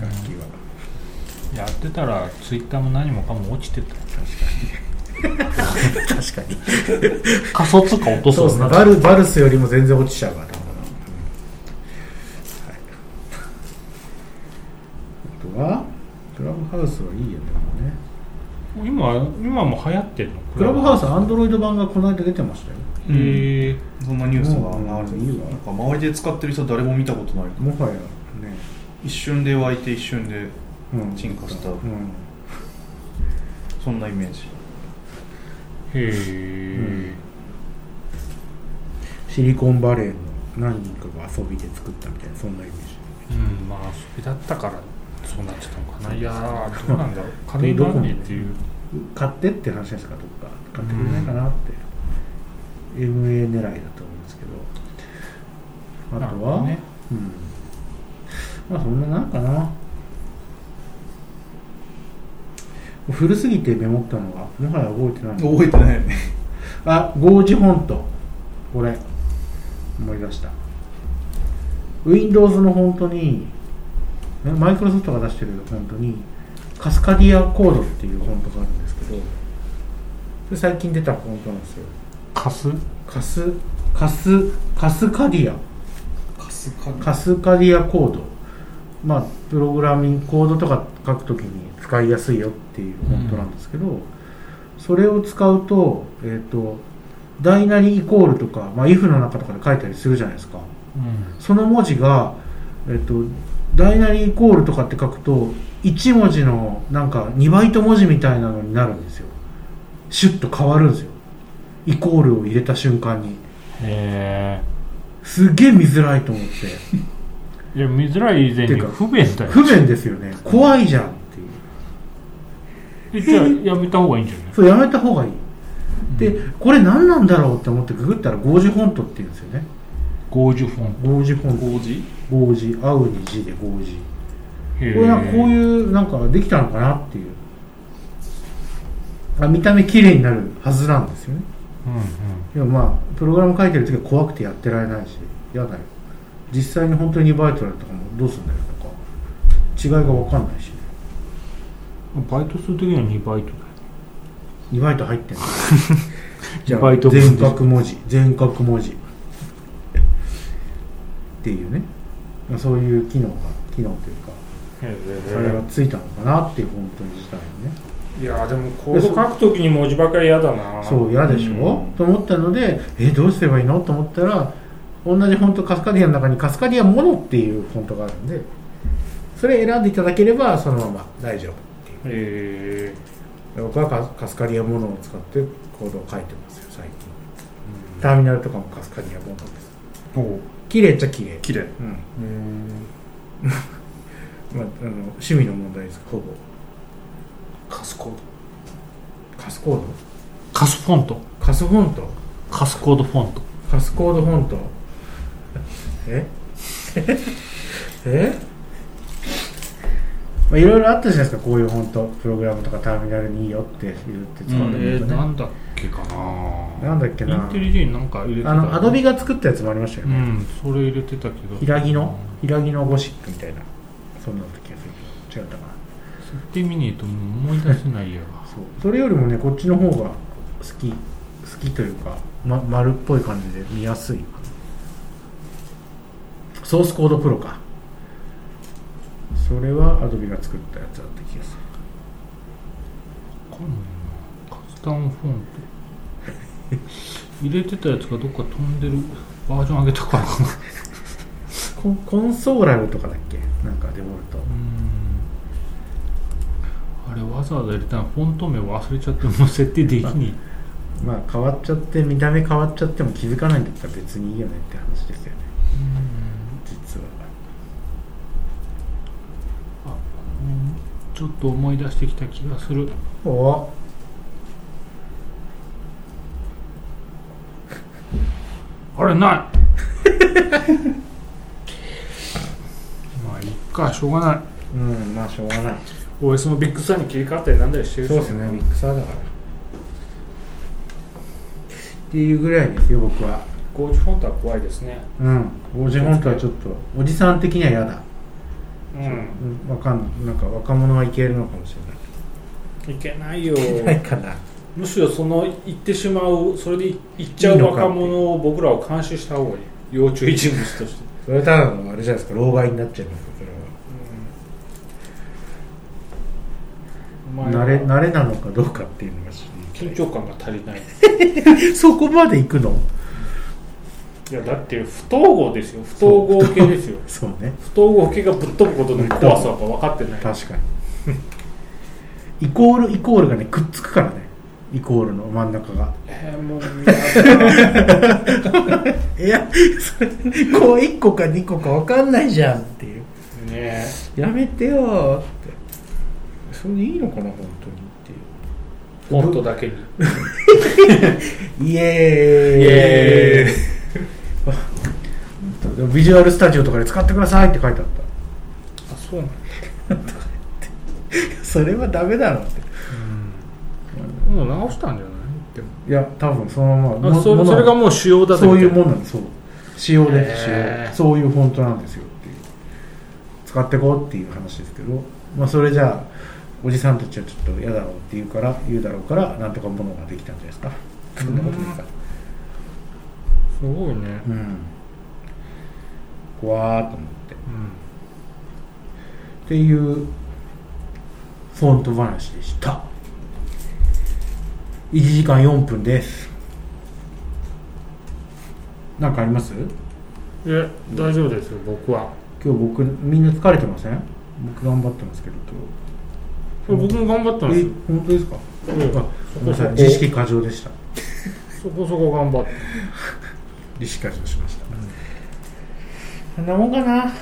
楽器は
どやってたらツイッターも何もかも落ちてた
確かに
仮想通貨落とす
そうですね
な
バルバルスよりも全然落ちちゃうから多分はいあとはクラブハウスはいいよねでもね
今今も流行ってるの
クラブハウスアンドロイド版がこの間出てましたよ
へえ
そんなニュースが流れて
うんいい
る
わ
なんか周りで使ってる人誰も見たことない
もはやね
一瞬で湧いて一瞬で
うん
進化した
うん
そんなイメージ
へえ、
シリコンバレーの何人かが遊びで作ったみたいなそんなイメージ
うん、まあ遊びだったからそうなっちゃったのかないやーどうなん だろう金
どこ
管理っていう
買ってって話ですかどっか買ってくれないかなって、MA 狙いだと思うんですけどあとは、
ね
うんまあそんななんかなもう古すぎてメモったのがもはや覚えてない
覚えてないよね
あゴージフォントこれ思い出した Windows のフォントにマイクロソフトが出してるフォントにカスカディアコードっていうフォントがあるんですけどそれ最近出たフォントなんですよ
貸す
カスカスカスカディア
カスカ
カスカディアコードまあプログラミングコードとか書くときに使いやすいよっていうフォントなんですけど、それを使うとえっ、とダイナリイコールとか、まあ、if の中とかで書いたりするじゃないですか
うん
その文字が、えっとダイナリイコールとかって書くと1文字のなんか2バイト文字みたいなのになるんですよシュッと変わるんですよイコールを入れた瞬間に
へ
すげえ見づらいと思って
えいや見づらい以前
て
に
か
不便だよ
不便ですよね怖いじゃんっていう
えじゃあやめた方がいいんじゃない
そうやめた方がいい、でこれ何なんだろうって思ってググったらゴージフォントっていうんですよね
ゴージュフォント
ゴージフォント
工事
ゴージ合うに字でゴージ
へ
これなんかこう
う
いうなんかできたのかなっていうあ見た目綺麗になるはずなんですよねでもまあプログラム書いてる時は怖くてやってられないし嫌だよ実際に本当に2バイトだとかもどうするんだよとか違いが分かんないし
うんうんバイトする時には2バイトだよ
2バイト入ってんのじゃ
二バ
あ
イト分
全角文字全角文字っていうねまあそういう機能が機能というかそれがついたのかなっていう本当に自体にね
いやでもコード書くときに文字ばっかり嫌だな
そう嫌でしょ、
うん
と思ったのでえどうすればいいのと思ったら同じフォントカスカディアの中にカスカディアモノっていうフォントがあるんでそれ選んでいただければそのまま大丈
え
夫僕はカカスカディアモノを使ってコードを書いてますよ最近ターミナルとかもカスカディアモノです綺麗っちゃ綺麗
綺麗
うん、まあ、あの趣味の問題ですほぼ
カスコード
カスコード
カスフォント
カスフォント
カスコードフォント
パスコードフォントえ えまあいろいろあったじゃないですかこういうフォントプログラムとかターミナルにいいよって言って使うの
うんえー、
ね
なんだっけかな
なんだっけ
イン
な
テリジェンなんか入れてた
あのアドビが作ったやつもありましたよ
う
ね、
んそれ入れてたけど
ひらぎのひらぎのゴシックみたいなそんなのだった気がする違ったかな
設定見ねえともう思い出せないや
そうそれよりもねこっちの方が好き好きというか、ま、丸っぽい感じで見やすいソースコードプロかそれは Adobe が作ったやつだった気がす
わかんないなカスタムフォント入れてたやつがどっか飛んでるバージョン上げたからかな
るコンコンソーラルとかだっけなんかデフォルト
うんあれわざわざ入れたのフォント名忘れちゃってもう設定できね
まあ変わっちゃって見た目変わっちゃっても気づかないんだったら別にいいよねって話ですよね
えうん
実は
あうんちょっと思い出してきた気がする
お
あれない まあいっかしょうがない
うんまあしょうがない
OS もビッグサーに切り替わったりなんだりしてるし
そうですねミックサーだからっていうぐらいですよ僕は
ゴージフォントは怖いですね
うん、ゴージフォントはちょっとおじさん的には嫌だ、
うん
うん、わかんないなんか若者はいけるのかもし
いけないよ
れないかな
むしろその行ってしまうそれで行っちゃう若者を僕らを監視した方がいい要注意人物として、
それはただのあれじゃないですか老害になっちゃいますよ
うん、
それは慣れ慣れなのかどうかっていうのが知り
緊張感が足りない
たいそこまで行くの
いやだって不統合ですよ不統合系ですよ
そうね
不統合系がぶっ飛ぶことの怖さが分かってない
確かに イコールイコールがねくっつくからねイコールの真ん中が
えー、もうやだ
いやそれこう1個か2個か分かんないじゃんっていう
ねえ
やめてよーってそれでいいのかな本当
フ
にっていう
ォントだけに
イエーイ
イエ
でもビジュアルスタジオとかで使ってくださいって書いてあっ
あそうなの
たそれはダメだろって
もう直したんじゃないでも
いや多分そのまま
あ
も
そ
もの
それがもう主要だぜ
そういう
み
もんなんですそう仕様で
へ
す仕
ー
様そういうフォントなんですよっていう使ってこうっていう話ですけどまあそれじゃあおじさんたちはちょっと嫌だろうって言うから言うだろうからなんとかものができたんじゃないですかそんなことですか
すごいね
うん怖ーっと思って
うん
っていうフォント話でした1時間4分ですなんかあります今
いや大丈夫ですよ僕は
日僕みんな疲れてません僕頑張ってますけど
僕も頑張ったんです
え
よ
本当ですか
うん
あごめんなさい
そこそこ
自意識過剰でした
そこそこ頑張って
自意識過剰しましたそんなもんかな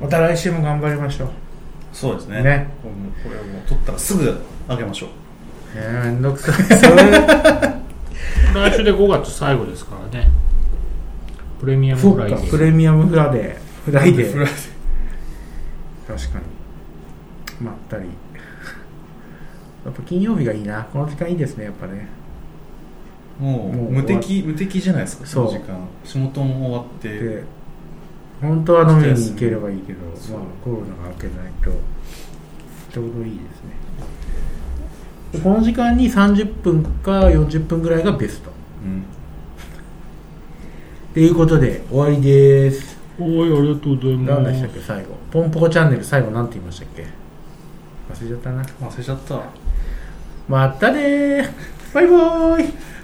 また来週も頑張りましょう
そうですね
ね
これもこれはもう取ったらすぐあげましょう
えー、めんどくさいそれ
来週で5月最後ですからねプレミアム
そ
フ
う
ライデ
か
ー
プレミアムフラデーフライデー
フライ
確かにまったり やっぱ金曜日がいいなこの時間いいですねやっぱね
もう
もう
無敵無敵じゃないですか
そう
この時間仕事も終わって
で本当は飲みに行ければいいけど、まあ、コロナが明けないとちょうどいいですねでこの時間に30分か40分ぐらいがベスト
うん
ということで終わりです
おいありがとうござい
何
ま
でし
す
たっけ最後ポンポコチャンネル最後何て言いましたっけ忘れちゃったな
忘れちゃった
またねーバイバーイ